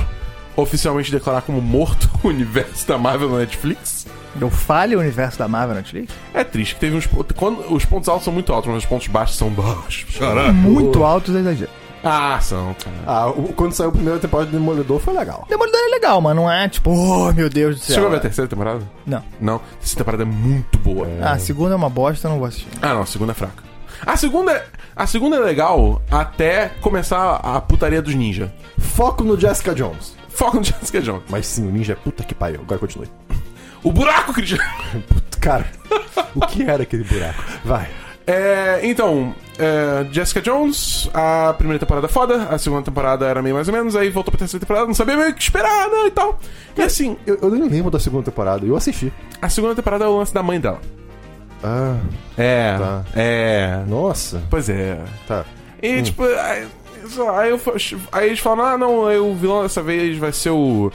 S1: oficialmente declarar como morto o universo da Marvel na Netflix.
S3: Eu falho o universo da Marvel na Netflix?
S1: É triste que teve uns pontos. Quando os pontos altos são muito altos, mas os pontos baixos são baixos.
S3: Muito alto, é exagero.
S1: Ah, são, cara.
S2: Ah, o- quando saiu a primeira temporada de Demolidor foi legal.
S3: Demolidor é legal, mas não é tipo, oh meu Deus do
S1: Você
S3: céu.
S1: chegou a ver a terceira temporada?
S3: Não.
S1: Não. A terceira temporada é muito boa.
S3: Ah, a segunda é uma bosta, eu não vou assistir.
S1: Ah, não, a segunda é fraca. A segunda, é- a segunda é legal até começar a putaria dos ninja.
S2: Foco no Jessica Jones.
S1: Foca no Jessica Jones.
S2: Mas sim, o ninja é puta que pariu. Agora continue.
S1: O buraco, Cristiano!
S2: Cara, o que era aquele buraco? Vai.
S1: É, então, é, Jessica Jones, a primeira temporada foda, a segunda temporada era meio mais ou menos, aí voltou pra terceira temporada, não sabia meio o que esperar, né, e tal. E assim,
S2: Eu, eu nem lembro da segunda temporada. Eu assisti.
S1: a segunda temporada é o lance da mãe dela.
S2: Ah,
S1: É,
S2: Tá.
S1: é...
S2: nossa.
S1: Pois é.
S2: Tá.
S1: E, tipo, aí, sei lá, aí eu fa- aí eles falam, ah, não, aí o vilão dessa vez vai ser o...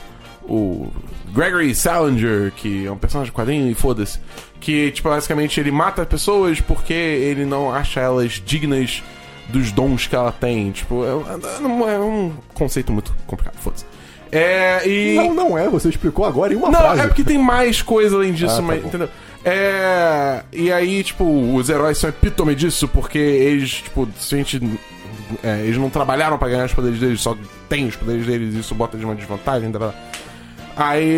S1: O Gregory Salinger, que é um personagem de quadrinho, e foda-se. Que, tipo, basicamente ele mata pessoas porque ele não acha elas dignas dos dons que ela tem. Tipo, é, um- é um conceito muito complicado, foda-se. É, e...
S2: Não, não é. Você explicou agora em uma
S1: Não,
S2: frase.
S1: é porque tem mais coisa além disso,
S2: Ah, tá
S1: mas,
S2: bom.
S1: entendeu? É. E aí, tipo, os heróis são epítome disso, porque eles, tipo, se a gente. é, eles não trabalharam pra ganhar os poderes deles, só tem os poderes deles e isso bota eles numa desvantagem. Blá, blá. Aí.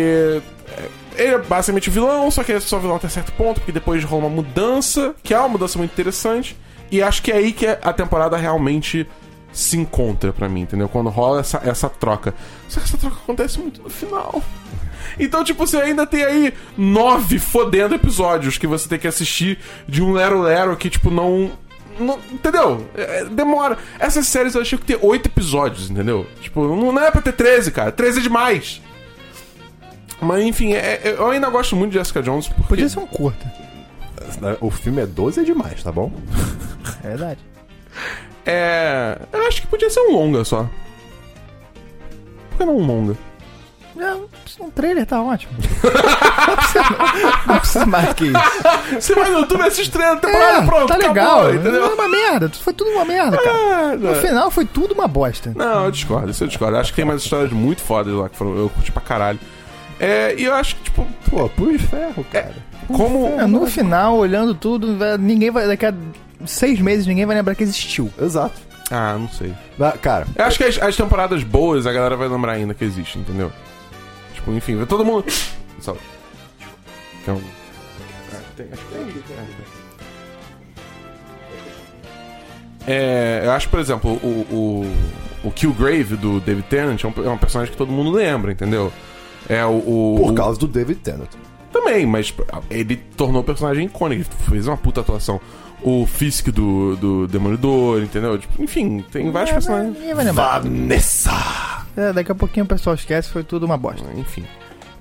S1: é, Ele é basicamente vilão, só que ele é só vilão até certo ponto, porque depois rola uma mudança, que é uma mudança muito interessante. E acho que é aí que a temporada realmente se encontra pra mim, entendeu? Quando rola essa, essa troca. Só que essa troca acontece muito no final. Então, tipo, você ainda tem aí nove fodendo episódios que você tem que assistir de um Lero Lero que, tipo, não. não- entendeu? É, é, demora. Essas séries eu achei que tem oito episódios, entendeu? Tipo, não, não é pra ter 13, cara. 13 é demais. Mas enfim, é- é- eu ainda gosto muito de Jessica Jones porque.
S3: Podia ser um curta.
S2: O filme é 12 é demais, tá bom?
S3: É verdade.
S1: É. Eu acho que podia ser um longa só. Por que não um longa?
S3: É, um trailer tá ótimo. não, precisa, não precisa mais que isso.
S1: Você vai no YouTube, assiste treino, temporada,
S3: É,
S1: pronto,
S3: tá
S1: acabou,
S3: legal.
S1: entendeu?
S3: é uma merda. Foi tudo uma merda, cara.
S1: Ah,
S3: No
S1: não.
S3: final foi tudo uma bosta.
S1: Não, eu discordo, isso eu discordo. Acho que tem mais histórias muito fodas lá que foram. Eu curti pra caralho. É, e eu acho que, tipo,
S2: Pô, puro ferro, cara.
S1: como.
S3: É, no final, olhando tudo, vai- ninguém vai. Daqui a seis meses ninguém vai lembrar que existiu.
S2: Exato.
S1: Ah, não sei.
S2: Na- cara,
S1: Eu acho que as, as temporadas boas a galera vai lembrar ainda que existe, entendeu? Tipo, enfim, vai todo mundo. Salve. Que é um- Ah, tem- acho que tem aqui, tem aqui. É, eu acho, por exemplo, o, o, o Killgrave do David Tennant é um, é um personagem que todo mundo lembra, entendeu? É o. o-
S2: por
S1: o-
S2: causa do David Tennant.
S1: Também, mas ele tornou o personagem icônico, ele fez uma puta atuação. O Fisk do, do Demolidor, entendeu? Tipo, enfim, tem vários
S3: É,
S1: personagens.
S3: Ninguém vai lembrar.
S2: Vanessa!
S3: É, daqui a pouquinho o pessoal esquece, foi tudo uma bosta.
S1: Enfim.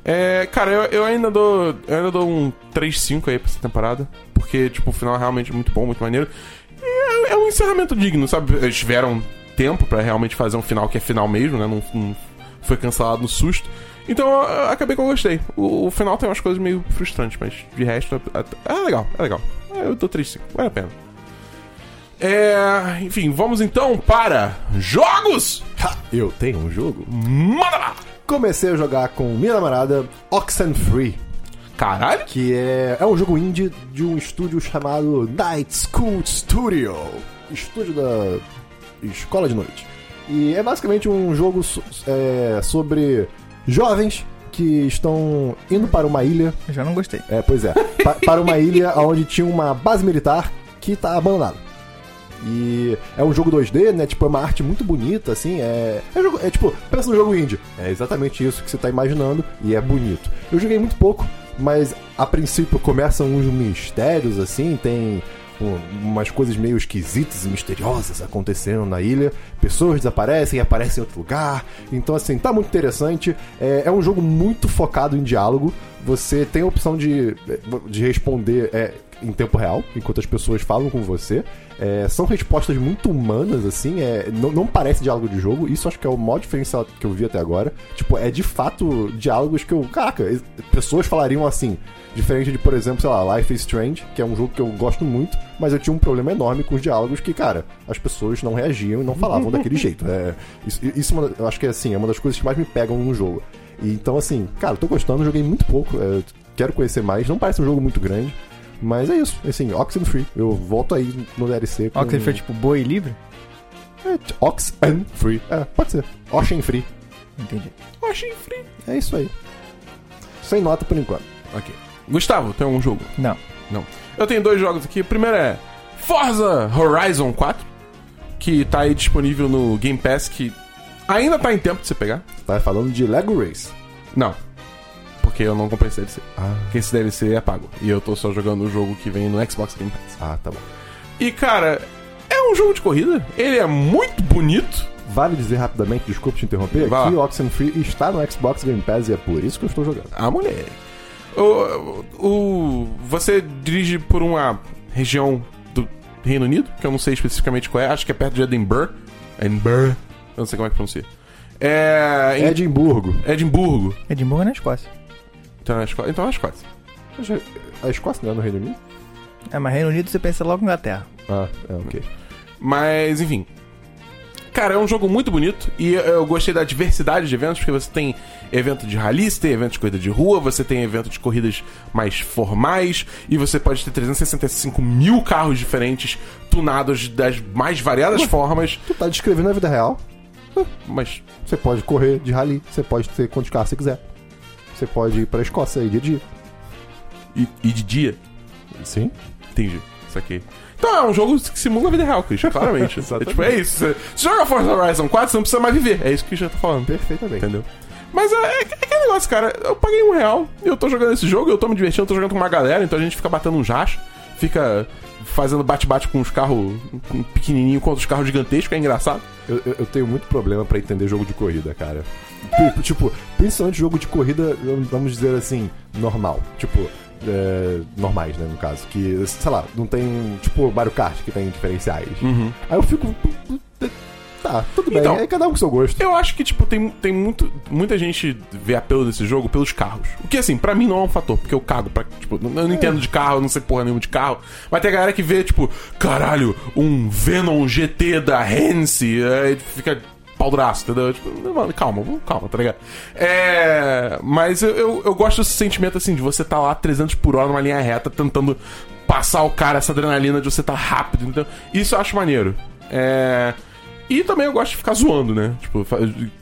S1: É, cara, eu, eu ainda dou. Eu ainda dou um 3-5 aí pra essa temporada. Porque, tipo, o final é realmente muito bom, muito maneiro. E é, é um encerramento digno, sabe? Eles tiveram tempo pra realmente fazer um final que é final mesmo, né? Não, não foi cancelado no susto. Então eu- eu acabei que eu gostei. O, o final tem umas coisas meio frustrantes, mas de resto é, é legal, é legal. Eu dou 3-5, vale a pena. É, enfim, vamos então para jogos!
S2: Ha, eu tenho um jogo.
S1: Manda lá!
S2: Comecei a jogar com minha namorada Oxenfree,
S1: Caralho!
S2: que é, é um jogo indie de um estúdio chamado Night School Studio estúdio da escola de noite. E é basicamente um jogo so- é, sobre jovens que estão indo para uma ilha
S3: Eu já não gostei.
S2: É, pois é. Pa- para uma ilha onde tinha uma base militar que tá abandonada. E é um jogo 2D, né? Tipo, é uma arte muito bonita, assim. É, é, jogo- é tipo, pensa no jogo indie. É exatamente isso que você tá imaginando e é bonito. Eu joguei muito pouco, mas a princípio começam uns mistérios, assim. Tem um- umas coisas meio esquisitas e misteriosas acontecendo na ilha. Pessoas desaparecem e aparecem em outro lugar. Então, assim, tá muito interessante. É, é um jogo muito focado em diálogo. Você tem a opção de, de responder é, em tempo real, enquanto as pessoas falam com você. É, são respostas muito humanas, assim. É, não, não parece diálogo de jogo. Isso acho que é o maior diferencial que eu vi até agora. Tipo, é de fato diálogos que eu. Caraca, es- pessoas falariam assim. Diferente de, por exemplo, sei lá, Life is Strange, que é um jogo que eu gosto muito, mas eu tinha um problema enorme com os diálogos que, cara, as pessoas não reagiam e não falavam daquele jeito. É, isso, isso é uma da- eu acho que é assim, é uma das coisas que mais me pegam num jogo. E, então, assim, cara, eu tô gostando, joguei muito pouco, é, quero conhecer mais, não parece um jogo muito grande, mas é isso, assim, Oxenfree. Eu volto aí no DLC com...
S3: Oxen foi tipo boi livre?
S2: É, Oxenfree. É, pode ser. Oxenfree.
S3: Entendi.
S1: Eu achei frio.
S2: É isso aí. Sem nota por enquanto.
S1: Ok. Gustavo, tem algum jogo?
S3: Não.
S1: Não. Eu tenho dois jogos aqui. O primeiro é Forza Horizon 4, que tá aí disponível no Game Pass, que ainda tá em tempo de você pegar.
S2: Tá falando de Lego Race.
S1: Não. Porque eu não comprei esse DLC.
S2: Ah,
S1: Porque esse DLC é pago. E eu tô só jogando o jogo que vem no Xbox Game Pass.
S2: ah tá bom.
S1: E, cara, é um jogo de corrida. Ele é muito bonito.
S2: Vale dizer rapidamente, desculpa te interromper,
S1: Vai lá.
S2: que o Oxenfree está no Xbox Game Pass e é por isso que eu estou jogando.
S1: A mulher. O, o, você dirige por uma região do Reino Unido, que eu não sei especificamente qual é, acho que é perto de Edinburgh. Edinburgh. Eu não sei como é que pronuncia. É. Em
S2: Edimburgo.
S1: Edimburgo.
S3: Edimburgo é na Escócia.
S1: Então é na Escócia. Então é na Escócia.
S2: Mas A Escócia não é no Reino Unido?
S3: É, mas Reino Unido você pensa logo em Inglaterra.
S2: Ah, é, ok.
S1: Mas, enfim. Cara, é um jogo muito bonito e eu- eu gostei da diversidade de eventos, porque você tem evento de rally, você tem evento de corrida de rua, você tem evento de corridas mais formais, e você pode ter 365 mil carros diferentes, tunados das mais variadas formas.
S2: Tu tá descrevendo a vida real,
S1: Mas,
S2: você pode correr de rally, você pode ter quantos carros você quiser. Você pode ir pra Escócia e dia a dia.
S1: e, e de dia?
S2: Sim.
S1: Entendi, saquei. Então é um jogo que simula a vida real, Christian, claramente. é,
S2: Exatamente.
S1: tipo, é isso. Você você joga Forza Horizon 4, você não precisa mais viver. É isso que o Christian tá falando.
S2: Perfeitamente.
S1: Entendeu? Mas é, é aquele negócio, cara. Eu paguei um real, eu tô jogando esse jogo, eu tô me divertindo, eu tô jogando com uma galera, então a gente fica batendo uns rachos, fica fazendo bate-bate com os carros pequenininhos contra os carros gigantescos, é engraçado.
S2: Eu, eu- eu tenho muito problema pra entender jogo de corrida, cara. Tipo, Tipo, principalmente jogo de corrida, vamos dizer assim, normal. Tipo, é, normais, né, no caso. Que, Uhum. sei lá, não tem, tipo, Mario Kart, que tem diferenciais. Aí eu fico... Tá, tudo bem.
S1: Então.
S2: é cada um com seu gosto.
S1: Eu acho que, tipo, tem, tem muito, muita gente vê apelo desse jogo pelos carros. O que, assim, pra mim não é um fator, porque eu cago. Pra, tipo, eu não entendo de carro, eu não sei porra nenhuma de carro. Mas tem a galera que vê, tipo, caralho, um Venom GT da Hense, aí fica pau draço, entendeu? Tipo, não, mano, calma, vamos- calma, tá ligado? É. Mas eu, eu, eu gosto desse sentimento, assim, de você tá lá 300 por hora numa linha reta tentando passar o cara essa adrenalina de você tá rápido, então isso eu acho maneiro. É. E também eu gosto de ficar zoando, né? Tipo, fa-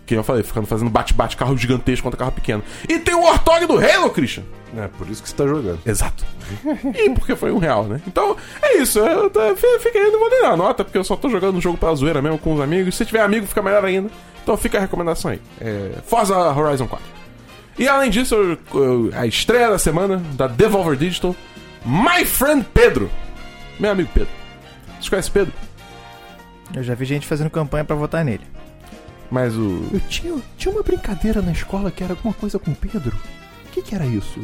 S1: que eu falei, ficando fazendo bate-bate carro gigantesco contra carro pequeno. E tem o Warthog do Halo, Christian!
S2: É, por isso que você tá jogando.
S1: Exato. e porque foi um real, né? Então, é isso. Eu tá- fi- fica aí, não vou nem dar nota, porque eu só tô jogando o jogo pela zoeira mesmo com os amigos. Se tiver amigo, fica melhor ainda. Então fica a recomendação aí. É, Forza Horizon 4. E além disso, eu- eu- a estreia da semana da Devolver Digital, My Friend Pedro. Meu amigo Pedro. Vocês conhecem Pedro?
S3: Eu já vi gente fazendo campanha pra votar nele.
S1: Mas o.
S2: Eu tinha, tinha uma brincadeira na escola que era alguma coisa com o Pedro. O que, que era isso?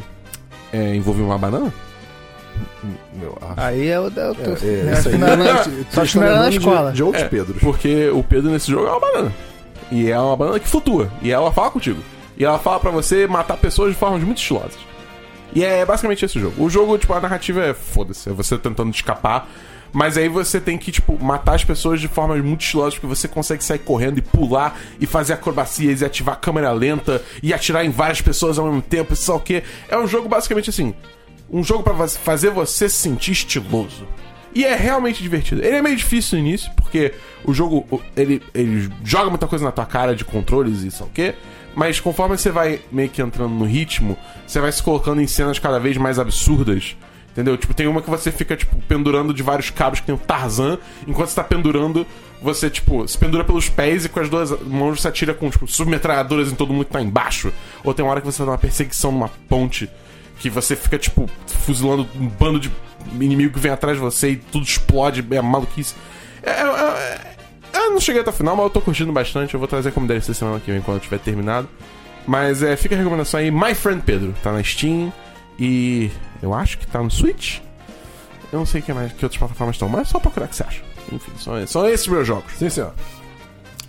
S1: É, envolveu uma banana?
S2: Meu, ah,
S3: Aí eu. eu
S2: é,
S3: tô-
S2: é,
S3: eu acho
S2: isso aí
S3: que não era-
S2: é-
S3: acho
S2: vocês
S3: que não
S2: estão
S3: era na
S2: lembrando de-
S3: escola.
S2: De outros
S1: É,
S2: Pedros.
S1: Porque o Pedro nesse jogo é uma banana. E é uma banana que flutua. E ela fala contigo. E ela fala pra você matar pessoas de formas muito estilosas. E é basicamente esse o jogo. O jogo, tipo, a narrativa é foda-se. É você tentando escapar. Mas aí você tem que, tipo, matar as pessoas de formas muito estilosas, porque você consegue sair correndo e pular, e fazer acrobacias, e ativar a câmera lenta, e atirar em várias pessoas ao mesmo tempo, e sei lá o quê. É um jogo basicamente assim. Um jogo pra você- fazer você se sentir estiloso. E é realmente divertido. Ele é meio difícil no início, porque o jogo, o- ele, ele joga muita coisa na tua cara de controles e sei lá o quê. Mas conforme você vai meio que entrando no ritmo, você vai se colocando em cenas cada vez mais absurdas. Entendeu? Tipo, tem uma que você fica, tipo, pendurando de vários cabos que tem o Tarzan. Enquanto você tá pendurando, você, tipo, se pendura pelos pés e com as duas mãos você atira com, tipo, submetralhadoras em todo mundo que tá embaixo. Ou tem uma hora que você tá numa perseguição numa ponte que você fica, tipo, fuzilando um bando de inimigo que vem atrás de você e tudo explode, é maluquice. É, é, é, é, eu não cheguei até o final, mas eu tô curtindo bastante. Eu vou trazer como DLC semana que vem, quando eu tiver terminado. Mas é, fica a recomendação aí, My Friend Pedro. Tá na Steam e eu acho que tá no Switch. Eu não sei que mais que outras plataformas estão, mas é só procurar o que você acha. Enfim, são, são esses meus jogos.
S2: Sim, senhor.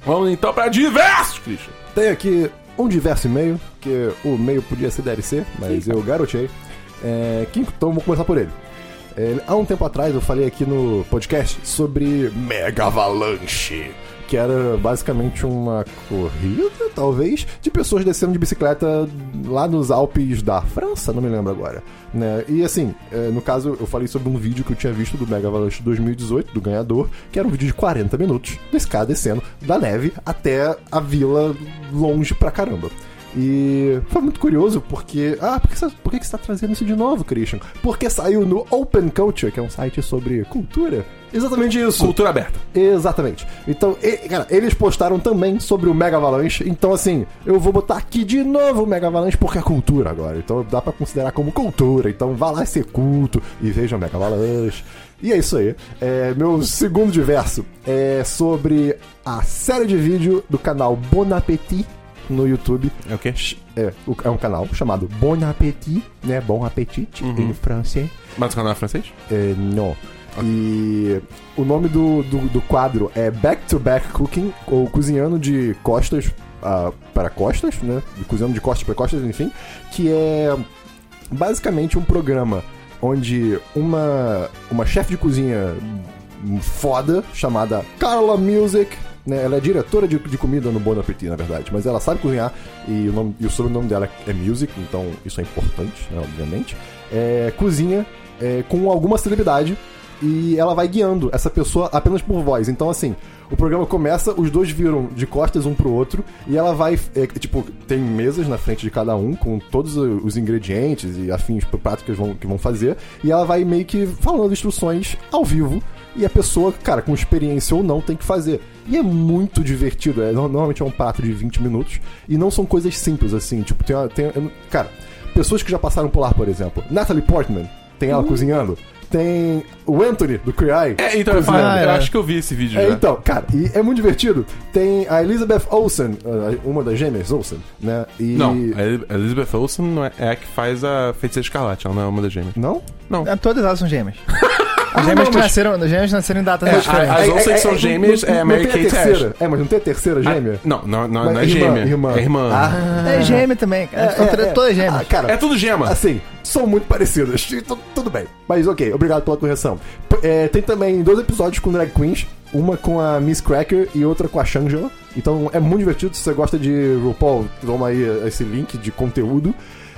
S1: Vamos então pra diversos, Christian.
S2: Tem aqui um diverso e-mail, que o e-mail podia ser DLC, mas eu garoteei. É, que- então vou começar por ele. É, há um tempo atrás eu falei aqui no podcast sobre Mega Avalanche, que era basicamente uma corrida, talvez, de pessoas descendo de bicicleta lá nos Alpes da França, não me lembro agora. né? E assim, é, no caso eu falei sobre um vídeo que eu tinha visto do Mega Avalanche 2018, do ganhador, que era um vídeo de 40 minutos desse cara descendo da neve até a vila longe pra caramba. E foi muito curioso porque. Ah, por que, você, por que que você tá trazendo isso de novo, Christian? Porque saiu no Open Culture, que é um site sobre cultura. Exatamente isso.
S1: Cultura aberta.
S2: Exatamente. Então, e- cara, eles postaram também sobre o Mega Avalanche. Então, assim, eu vou botar aqui de novo o Mega Avalanche porque é cultura agora. Então dá pra considerar como cultura. Então vá lá ser culto e veja o Mega Avalanche. E é isso aí. É, meu segundo diverso é sobre a série de vídeo do canal Bon Appetit no YouTube.
S1: É o quê?
S2: É, o- é um canal chamado Bon Appetit, né? Bon Appetit em francês.
S1: Mas o canal é francês?
S2: É, não. E o nome do, do, do quadro é Back to Back Cooking, ou Cozinhando de Costas ah, para Costas, né? Cozinhando de Costas para Costas, enfim. Que é basicamente um programa onde uma, uma chefe de cozinha hum, foda, chamada Carla Music, né? Ela é diretora de, de comida no Bon Appetit, na verdade, mas ela sabe cozinhar e o, nome, e o sobrenome dela é Music, então isso é importante, né, obviamente. É, cozinha é, com alguma celebridade e ela vai guiando essa pessoa apenas por voz. Então, assim, o programa começa, os dois viram de costas um pro outro, e ela vai, é, tipo, tem mesas na frente de cada um, com todos os ingredientes e afins pro prato que eles vão, que vão fazer, e ela vai meio que falando instruções ao vivo, e a pessoa, cara, com experiência ou não, tem que fazer. E é muito divertido, é, no- normalmente é um prato de 20 minutos, e não são coisas simples, assim, tipo, tem, uma- tem eu não- cara, pessoas que já passaram por lá, por exemplo, Natalie Portman, tem ela cozinhando, tem o Anthony, do Cry.
S1: É, então eu,
S2: Cozinhando.
S1: falo, eu
S3: Ah, é.
S1: acho que eu vi esse vídeo
S2: É,
S1: já.
S2: então, cara, e é muito divertido. Tem a Elizabeth Olsen, ah, uma das gêmeas Olsen, né? E...
S1: Não, a Eli- a Elizabeth Olsen não é, é a que faz a Feiticeira Escarlate, ela não é uma das gêmeas.
S2: Não?
S3: Ah, Todas elas são gêmeas. Os
S2: não,
S3: gêmeos
S2: mas-
S3: nasceram, os gêmeos nasceram em datas
S1: É,
S3: diferentes.
S1: a- As onças que são
S2: não-
S1: gêmeas
S2: não-
S1: é
S2: não
S1: Mary
S2: tem a
S1: Kate
S2: terceira. É, mas não tem a terceira gêmea?
S1: Ah, não, não, não,
S2: Mas
S1: não é
S2: irmã,
S1: gêmea.
S2: irmã.
S1: É irmã.
S2: Ah.
S3: É gêmeo também, cara. São tre- todas gêmeas.
S2: Ah, cara,
S1: É tudo gema.
S2: Assim, são muito parecidas. Tu- Tudo bem. Mas ok, obrigado pela correção. P- é, tem também dois episódios com drag queens. Uma com a Miss Cracker e outra com a Shangela. Então é muito divertido. Se você gosta de RuPaul, toma aí eh, esse link de conteúdo.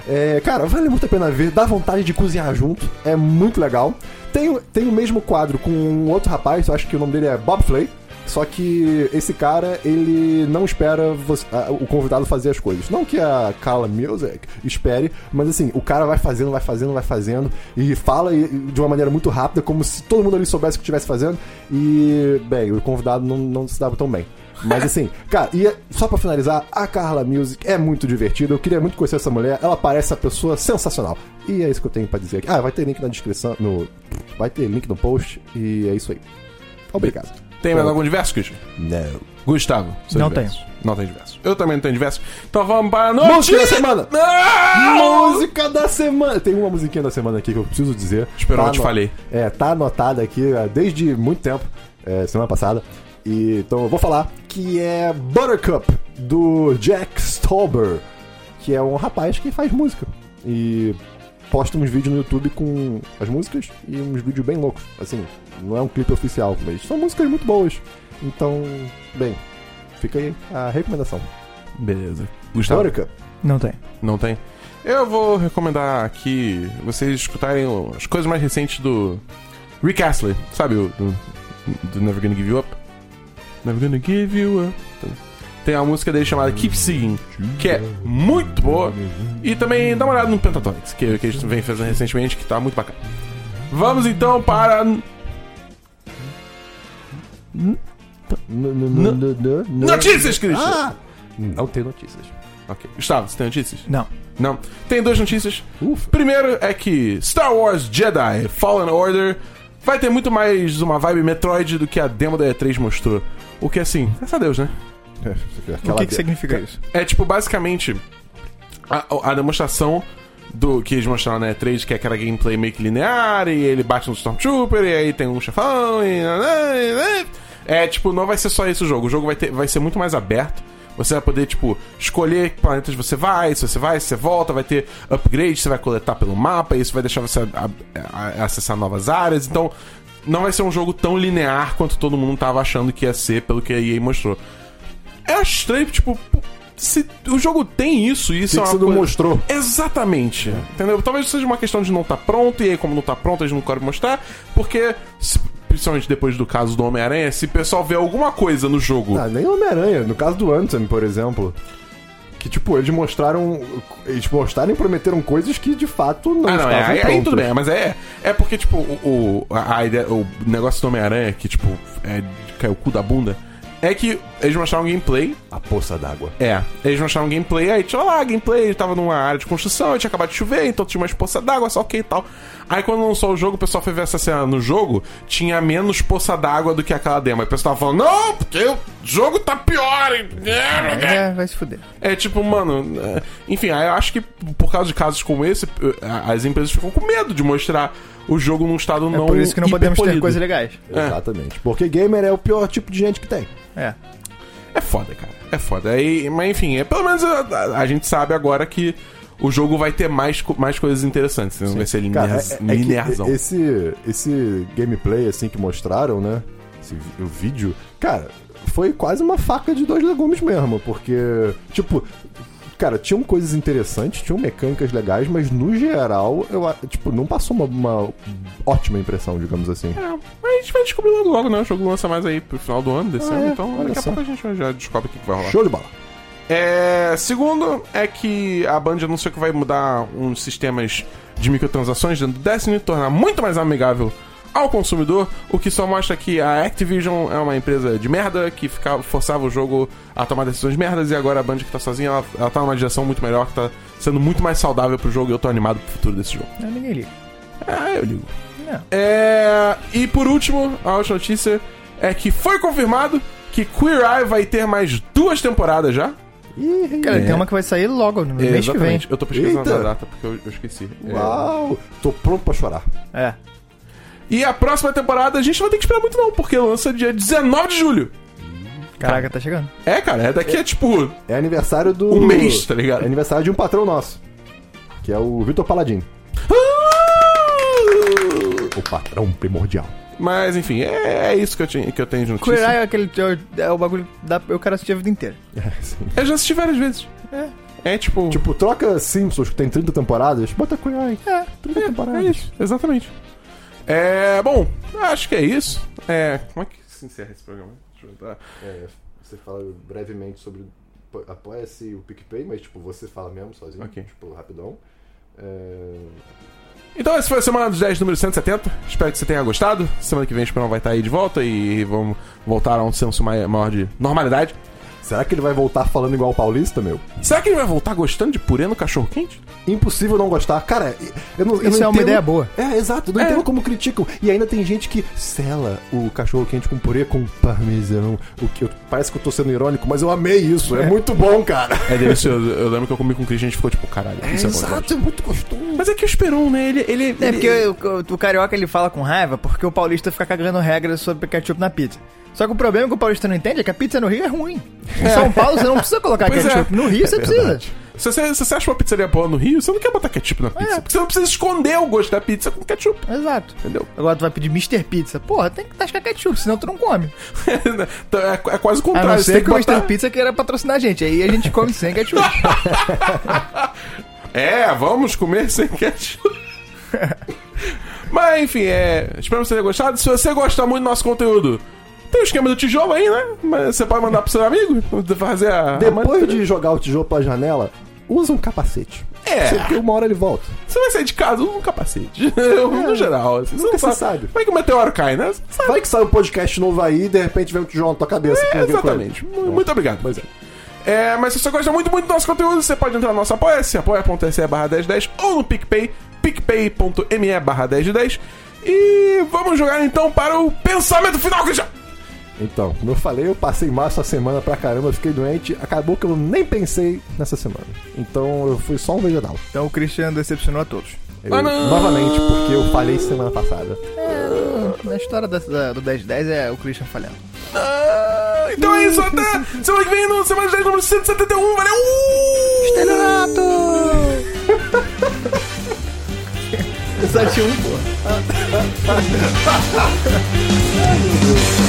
S2: É, cara, vale muito a pena ver. Dá vontade de cozinhar junto. É muito legal. Tem, o- tem o mesmo quadro com um outro rapaz. Eu acho que o nome dele é Bob Flay. Só que esse cara, ele não espera você- ah, o convidado fazer as coisas. Não que a Carla Music espere, mas assim, o cara vai fazendo, vai fazendo, vai fazendo, e fala e- e de uma maneira muito rápida, como se todo mundo ali soubesse o que estivesse fazendo, e, bem, o convidado não, não se dava tão bem. Mas assim, cara, e só pra finalizar, a Carla Music é muito divertida, eu queria muito conhecer essa mulher, ela parece uma pessoa sensacional. E é isso que eu tenho pra dizer aqui. Ah, vai ter link na descrição, no... vai ter link no post, e é isso aí. Obrigado.
S1: Tem mais algum diverso, Christian?
S2: Não.
S1: Gustavo. seu
S3: Não
S1: diverso. Não tem diverso. Eu também não tenho diverso. Então vamos para a notícia.
S2: Música da semana!
S1: Não!
S2: Música da semana! Tem uma musiquinha da semana aqui que eu preciso dizer.
S1: Esperou, eu te
S2: ano-
S1: falei.
S2: É, tá anotada aqui é, desde muito tempo, é, semana passada. E, então eu vou falar que é Buttercup, do Jack Stauber, que é um rapaz que faz música. E posta uns vídeos no YouTube com as músicas e uns vídeos bem loucos. Assim, não é um clipe oficial, mas são músicas muito boas. Então, bem, fica aí a recomendação.
S1: Beleza. Gustavo?
S2: Buttercup.
S3: Não tem.
S1: Não tem? Eu vou recomendar aqui vocês escutarem o- as coisas mais recentes do Rick Astley. Sabe o do, do Never Gonna Give You Up? Never Gonna Give You Up. Tem uma música dele chamada Keep Singing, que é muito boa. E também dá uma olhada no Pentatonics, que, que eles vem fazendo recentemente, que tá muito bacana. Vamos então para...
S2: N- n- n- n- n- n-
S1: Notícias, Christian!
S2: Ah! Não tem notícias.
S1: Ok. Gustavo, você tem notícias?
S3: Não.
S1: Não. Tem duas notícias.
S2: Ufa.
S1: Primeiro é que Star Wars Jedi Fallen Order vai ter muito mais uma vibe Metroid do que a demo da E3 mostrou. O que assim, graças a Deus, né?
S2: É,
S3: o que, que significa isso?
S1: É tipo, basicamente, a, a demonstração do que eles mostraram na E3, que é aquela gameplay meio que linear, e ele bate no Stormtrooper, e aí tem um chefão, e... né, É, tipo, não vai ser só esse o jogo. O jogo vai, ter, vai ser muito mais aberto. Você vai poder, tipo, escolher que planetas você vai, se você vai, se você volta, vai ter upgrade, você vai coletar pelo mapa, e isso vai deixar você a- a- a- acessar novas áreas. Então, não vai ser um jogo tão linear quanto todo mundo tava achando que ia ser, pelo que a EA mostrou. É estranho, tipo, se o jogo tem isso, e isso é
S2: Que que
S1: uma
S2: você não
S1: coisa...
S2: mostrou?
S1: Exatamente. Entendeu? Talvez seja uma questão de não estar pronto, e aí, como não tá pronto, eles não querem mostrar, porque, se- principalmente depois do caso do Homem-Aranha, se o pessoal vê alguma coisa no jogo.
S2: Ah, nem o Homem-Aranha. No caso do Anthem, por exemplo. Que, tipo, eles mostraram. Eles mostraram e prometeram coisas que de fato não
S1: Ah, não, é,
S2: estavam
S1: aí, aí
S2: prontas.
S1: tudo bem, mas é. É porque, tipo, o, o- a, a ideia- o negócio do Homem-Aranha, que, tipo, é, caiu o cu da bunda, é que eles mostraram gameplay
S2: A poça d'água.
S1: É, eles mostraram gameplay, aí tinha lá, gameplay, tava numa área de construção, aí tinha acabado de chover, então tinha umas poça d'água, só ok e tal. Aí quando lançou o jogo, o pessoal foi ver essa cena no jogo, tinha menos poça d'água do que aquela demo. Aí o pessoal tava falando, não, porque o jogo tá pior, hein?
S3: É, vai se fuder.
S1: É tipo, mano. é, Enfim, aí eu acho que por causa de casos como esse, eh, as empresas ficam com medo de mostrar o jogo num estado
S3: É
S1: não.
S3: por isso que não podemos ter
S1: hiperpolido.
S3: coisas legais.
S1: É.
S2: Exatamente. Porque gamer é o pior tipo de gente que tem.
S3: É.
S1: É foda, cara. É foda. Aí, mas enfim, é, pelo menos a, a- a gente sabe agora que o jogo vai ter mais, co- mais coisas interessantes. né? Não vai ser linear,
S2: Cara, é, é
S1: linearzão.
S2: que esse, esse gameplay, assim, que mostraram, né? Esse, vi- o vídeo, cara, foi quase uma faca de dois legumes mesmo, porque, tipo, cara, tinham coisas interessantes, tinham mecânicas legais, mas no geral, eu, a- tipo, não passou uma, uma ótima impressão, digamos assim.
S1: É, mas a gente vai descobrir logo, logo, né? O jogo lança mais aí pro final do ano, desse
S2: Ah,
S1: ano.
S2: é?
S1: Então,
S2: Olha
S1: daqui a
S2: só.
S1: pouco a gente vai- já descobre o que, que vai rolar.
S2: Show de bola.
S1: É, segundo é que a Band anunciou que vai mudar uns sistemas de microtransações dentro do Destiny, tornar muito mais amigável ao consumidor, o que só mostra que a Activision é uma empresa de merda que ficava, forçava o jogo a tomar decisões merdas e agora a Band que tá sozinha, ela, ela tá numa direção muito melhor, que tá sendo muito mais saudável pro jogo e eu tô animado pro futuro desse jogo.
S3: Não, ninguém liga.
S1: Ah, eu ligo.
S3: Não.
S1: É, e por último, a última notícia é que foi confirmado que Queer Eye vai ter mais duas temporadas já.
S2: Ih,
S3: Cara,
S1: É.
S3: tem uma que vai sair logo, no mês que vem.
S1: Eu É, tô pesquisando
S2: Eita.
S1: a data porque eu, eu esqueci. É,
S2: Uau! Tô pronto pra chorar.
S3: É.
S1: E a próxima temporada a gente não vai ter que esperar muito, não, porque lança dia 19 de julho.
S3: Caraca, tá chegando.
S1: É, cara, é daqui a tipo.
S2: É aniversário do.
S1: Um mês, tá ligado?
S2: É aniversário de um patrão nosso. Que é o Vitor Paladino.
S1: Ah!
S2: O patrão primordial.
S1: Mas enfim, é, é isso que eu, tinha, que eu tenho de
S3: Queer
S1: notícia.
S3: Eye é aquele. É, o bagulho. Da, eu quero assistir a vida inteira.
S2: É, sim.
S1: Eu já assisti várias vezes. É. É tipo.
S2: Tipo, troca Simpsons, que tem 30 temporadas, bota Queer Eye.
S3: É.
S2: 30
S1: é
S2: temporadas.
S1: isso, exatamente. É. Bom, acho que é isso. É. Como é que se encerra esse programa? Deixa eu entrar.
S2: É, você fala brevemente sobre. po- Apoia-se o PicPay, mas tipo, você fala mesmo sozinho,
S1: Ok.
S2: tipo, rapidão. É...
S1: Então esse foi a Semana dos 10, número 170. Espero que você tenha gostado. Semana que vem o Esperão vai estar aí de volta e vamos voltar a um senso mai- maior de normalidade.
S2: Será que ele vai voltar falando igual o Paulista, meu?
S1: Será que ele vai voltar gostando de purê no cachorro quente?
S2: Impossível não gostar. Cara, eu não, eu não
S3: Isso é uma
S2: entendo-
S3: ideia boa.
S2: É, exato. eu Não
S1: É.
S2: entendo como criticam. E ainda tem gente que sela o cachorro quente com purê com parmesão. O que eu- parece que eu tô sendo irônico, mas eu amei isso. É, muito bom, cara.
S1: É delicioso. eu lembro que eu comi com o Christian e a gente ficou tipo, caralho, isso é, bom. demais.
S2: é muito gostoso.
S1: Mas é que o Esperon, né? Ele. ele
S3: É porque o, o- o carioca ele fala com raiva porque o paulista fica cagando regras sobre ketchup na pizza. Só que o problema que o paulista não entende é que a pizza no Rio é ruim. Em São Paulo você não precisa colocar
S1: Pois é.
S3: ketchup. No Rio você precisa.
S1: Se você, se você acha uma pizzaria boa no Rio, você não quer botar ketchup na pizza.
S3: É.
S1: Porque você não precisa esconder o gosto da pizza com ketchup,
S3: Exato.
S1: entendeu?
S3: Agora tu vai pedir Mr. Pizza. Porra, tem que tascar ketchup, senão tu não come.
S1: Então, é, é quase o
S3: A
S1: contrário.
S3: não
S1: você
S3: ser
S1: tem
S3: que
S1: que
S3: o
S1: botar...
S3: Mr. Pizza queira patrocinar a gente. Aí a gente come sem ketchup.
S1: É, vamos comer sem ketchup. Mas enfim, é. Espero que você tenha gostado. Se você gosta muito do nosso conteúdo, tem o esquema do tijolo aí, né? Mas você pode mandar pro seu amigo fazer a.
S2: Depois de jogar o tijolo pela janela, usa um capacete.
S1: É.
S2: Porque uma hora ele volta.
S1: Você vai sair de casa, usa um capacete. no geral. Assim,
S2: É, nunca
S1: você não
S2: se sabe.
S1: Vai que o meteoro cai, né? Você não sabe.
S2: Vai que sai um podcast novo aí e de repente vem um tijolo na tua cabeça. que
S1: É,
S2: não vem com ele.
S1: exatamente. Mu- Muito obrigado. Pois é. mas se você gosta muito, muito do nosso conteúdo, você pode entrar no nosso apoia-se, apoia.se barra 1010 ou no PicPay, picpay.me barra 1010. E vamos jogar então para o pensamento final, Christian!
S2: Então, como eu falei, eu passei mal essa semana pra caramba, fiquei doente, acabou que eu nem pensei nessa semana. Então eu fui só um vegetal.
S3: então o Christian decepcionou a todos.
S2: Eu-
S1: Ah, não!
S2: novamente, porque eu falei semana passada.
S3: É, na história da, da, do 1010 é o Christian falhando.
S1: Ah, então é isso, até semana que vem, no Semana 10, número 171, valeu!
S3: Só tinha um, pô.